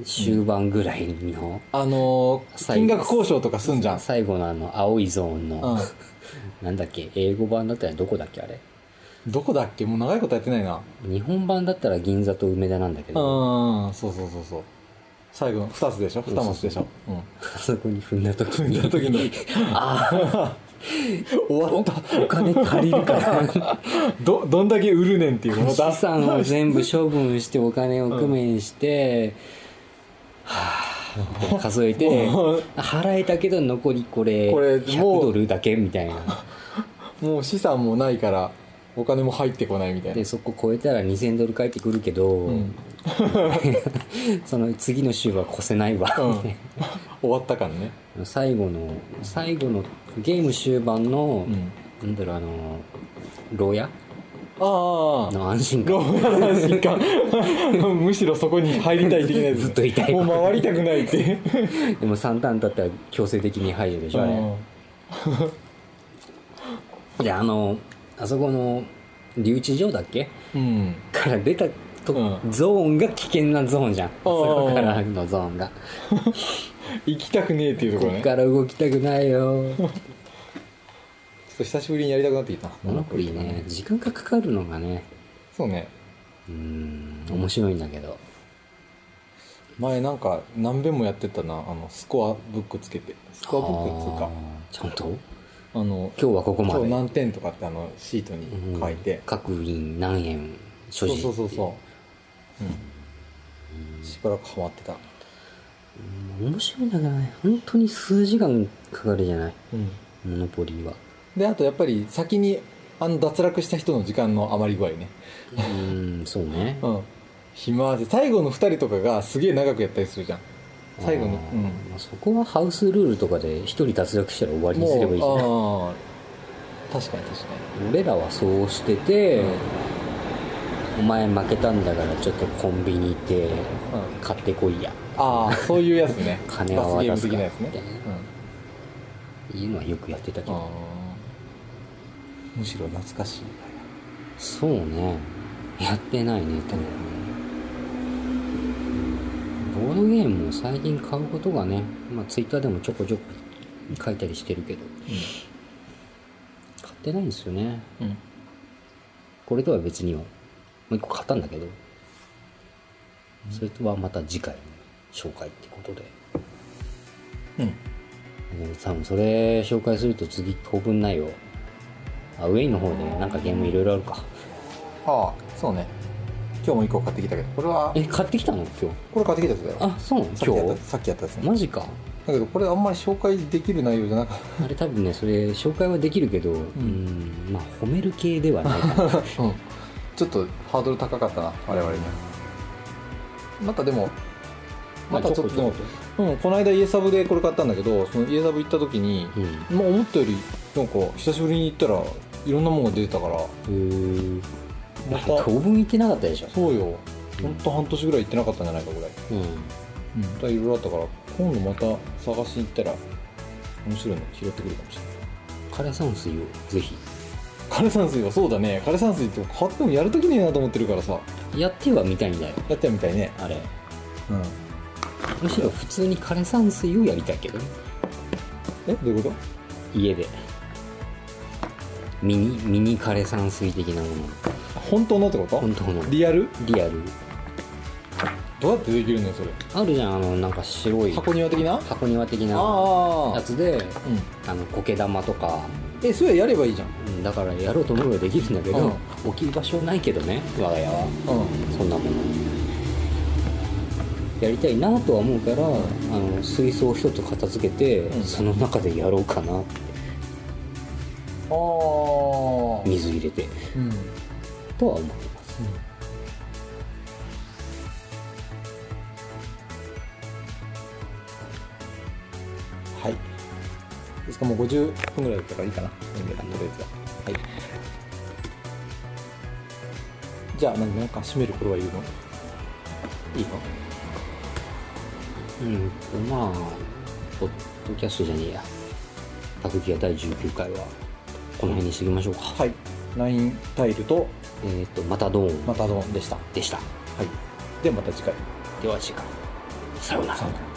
[SPEAKER 2] 終盤ぐらいの
[SPEAKER 3] あのー
[SPEAKER 2] 最後
[SPEAKER 3] 金額交渉とかすんじゃん
[SPEAKER 2] 最後のあの青いゾーン
[SPEAKER 3] う
[SPEAKER 2] の、
[SPEAKER 3] ん
[SPEAKER 2] なんだっけ英語版だったらどこだっけあれ
[SPEAKER 3] どこだっけもう長いことやってないな
[SPEAKER 2] 日本版だったら銀座と梅田なんだけ
[SPEAKER 3] う
[SPEAKER 2] ど、
[SPEAKER 3] んそうそうそうそう最後の2つでしょ2マスでしょうん
[SPEAKER 2] あそこに踏んだ時に
[SPEAKER 3] 踏んだ時に
[SPEAKER 2] ああ終わったお金足りるから
[SPEAKER 3] どどんだけ売るねんっていうの
[SPEAKER 2] 資産を全部処分してお金を工面 して、はあ数えて
[SPEAKER 3] もう
[SPEAKER 2] 払えたけど残りこれ
[SPEAKER 3] これも
[SPEAKER 2] 100
[SPEAKER 3] う
[SPEAKER 2] ドルだけみたいな
[SPEAKER 3] もう資産もないからお金も入ってこないみたいな
[SPEAKER 2] でそこ超えたら2000ドル返ってくるけど、
[SPEAKER 3] ん
[SPEAKER 2] その次の週は越せないわ、
[SPEAKER 3] うん
[SPEAKER 2] みたいな
[SPEAKER 3] 終わった感ね
[SPEAKER 2] 最後の最後のゲーム終盤の、
[SPEAKER 3] うん
[SPEAKER 2] なんだろうあの牢屋
[SPEAKER 3] ああ
[SPEAKER 2] の安心感
[SPEAKER 3] ローマ安心感むしろそこに入りたい的なやつ
[SPEAKER 2] ずっといたい
[SPEAKER 3] もう回りたくないって
[SPEAKER 2] でも3ターン経ったら強制的に入るでしょあれであのあそこの留置場だっけ
[SPEAKER 3] うん
[SPEAKER 2] から出たと、
[SPEAKER 3] うん
[SPEAKER 2] ゾーンが危険なゾーンじゃんそこからのゾーンが
[SPEAKER 3] 行きたくねえっていう
[SPEAKER 2] こ
[SPEAKER 3] ところ
[SPEAKER 2] っ
[SPEAKER 3] ね
[SPEAKER 2] から動きたくない よ
[SPEAKER 3] ちょっと久しぶりにやりたくなってきた
[SPEAKER 2] モノポリね時間がかかるのがね
[SPEAKER 3] そうね
[SPEAKER 2] うーん面白いんだけど
[SPEAKER 3] 前なんか何遍もやってたなあのスコアブックつけてスコアブックっつうか
[SPEAKER 2] あーちゃんと
[SPEAKER 3] あの
[SPEAKER 2] 今日はここま
[SPEAKER 3] 今
[SPEAKER 2] で
[SPEAKER 3] 日何点とかってあのシート
[SPEAKER 2] う
[SPEAKER 3] に
[SPEAKER 2] ん
[SPEAKER 3] 書いて、
[SPEAKER 2] 各員何円所持
[SPEAKER 3] そうそうそう
[SPEAKER 2] っ
[SPEAKER 3] そううんしばらくハマってた
[SPEAKER 2] ていう面白いんだけどね本当に数時間かかるじゃない
[SPEAKER 3] うん
[SPEAKER 2] モノポリは
[SPEAKER 3] であとやっぱり先にあの脱落した人の時間の余り具合ね
[SPEAKER 2] うーんそうね
[SPEAKER 3] うん暇で最後の2人とかがすげえ長くやったりするじゃん 最後に
[SPEAKER 2] あーまあそこはハウスルールとかで一人脱落したら終わ
[SPEAKER 3] うん
[SPEAKER 2] りにすればいいじゃん
[SPEAKER 3] もうああ確かに確かに
[SPEAKER 2] 俺らはそうしてて、
[SPEAKER 3] うん
[SPEAKER 2] お前負けたんだからちょっとコンビニ行って
[SPEAKER 3] うん
[SPEAKER 2] 買ってこいや
[SPEAKER 3] ああそういうやつね
[SPEAKER 2] 金は渡すから
[SPEAKER 3] 罰ゲーム的なやつね、うん
[SPEAKER 2] いうのはよくやってたけ
[SPEAKER 3] あ
[SPEAKER 2] ど
[SPEAKER 3] ーむしろ懐かしい
[SPEAKER 2] そうねやってないね多分ねボードゲームを最近買うことがねまあツイッターでもちょこちょこ書いたりしてるけど買ってないんですよね
[SPEAKER 3] うん、うん、
[SPEAKER 2] これとは別にはもう一個買ったんだけど、それとはまた次回の紹介ってことで、
[SPEAKER 3] うん、
[SPEAKER 2] えー多分それ紹介すると次当分ないよあウェイの方でなんかゲームいろいろあるか
[SPEAKER 3] ああそうね今日も1個買ってきたけどこれは
[SPEAKER 2] え買ってきたの今日
[SPEAKER 3] これ買ってきたやつだよ
[SPEAKER 2] あそうなの
[SPEAKER 3] さっきや
[SPEAKER 2] 今
[SPEAKER 3] ったさっきやったやつ
[SPEAKER 2] 日
[SPEAKER 3] ね
[SPEAKER 2] マジか
[SPEAKER 3] だけどこれあんまり紹介できる内容じゃなかっ
[SPEAKER 2] あれ多分ねそれ紹介はできるけどうんんまあ褒める系ではない かな
[SPEAKER 3] た、うん、ちょっとハードル高かったな我々にはまたでもまたちょっとでも、うん、この間家サブでこれ買ったんだけどその家サブ行った時に、
[SPEAKER 2] うんへ
[SPEAKER 3] まあ、思ったよりなんか久しぶりに行ったらいろんなものが出てたから
[SPEAKER 2] ー
[SPEAKER 3] また
[SPEAKER 2] 当分行ってなかったでしょ
[SPEAKER 3] そうよほんと半年ぐらい行ってなかったんじゃないかぐらい
[SPEAKER 2] うん
[SPEAKER 3] うん、またいろいろあったから今度また探しに行ったら面白いの拾ってくるかもしれない
[SPEAKER 2] 枯山水をぜひ
[SPEAKER 3] 枯山水はそうだね枯山水って買ってもやるときねえなと思ってるからさ
[SPEAKER 2] やってはみたいんだよ
[SPEAKER 3] やってみたいね
[SPEAKER 2] あれ
[SPEAKER 3] う
[SPEAKER 2] む
[SPEAKER 3] ん
[SPEAKER 2] しろ普通に枯山水をやりたいけどね
[SPEAKER 3] えどういうこ
[SPEAKER 2] 家でミニミニ枯山水的なもの
[SPEAKER 3] と本当のってこと
[SPEAKER 2] 本当のリ
[SPEAKER 3] リアル
[SPEAKER 2] アル
[SPEAKER 3] どうやってできるのよそれ
[SPEAKER 2] あるじゃんあのなんか白い
[SPEAKER 3] 箱庭的な
[SPEAKER 2] 箱庭的な
[SPEAKER 3] あ
[SPEAKER 2] や
[SPEAKER 3] あ
[SPEAKER 2] つで
[SPEAKER 3] うん
[SPEAKER 2] あの苔玉とか
[SPEAKER 3] えそれやればいいじゃん
[SPEAKER 2] うんだからやろうと思えばできるんだけど置き場所ないけどね我が家は
[SPEAKER 3] うん
[SPEAKER 2] そんなものやりたいなとは思うからあの水槽を一つ片付けて、
[SPEAKER 3] うん
[SPEAKER 2] その中でやろうかな
[SPEAKER 3] ああ
[SPEAKER 2] 水入れて
[SPEAKER 3] うん
[SPEAKER 2] とは思ってます
[SPEAKER 3] はいですかもう50分ぐらいだったからいいかなとりあえずははいじゃあ何なんか閉める頃は言うのいいの
[SPEAKER 2] うんとまあポッドキャストじゃねえや「卓球屋第19回」はこの辺にしておきましょうか、
[SPEAKER 3] はいラインタイルと
[SPEAKER 2] えっ、とまたどうも
[SPEAKER 3] マタドンでしたは
[SPEAKER 2] でした
[SPEAKER 3] いではまた次回
[SPEAKER 2] では次回さようなら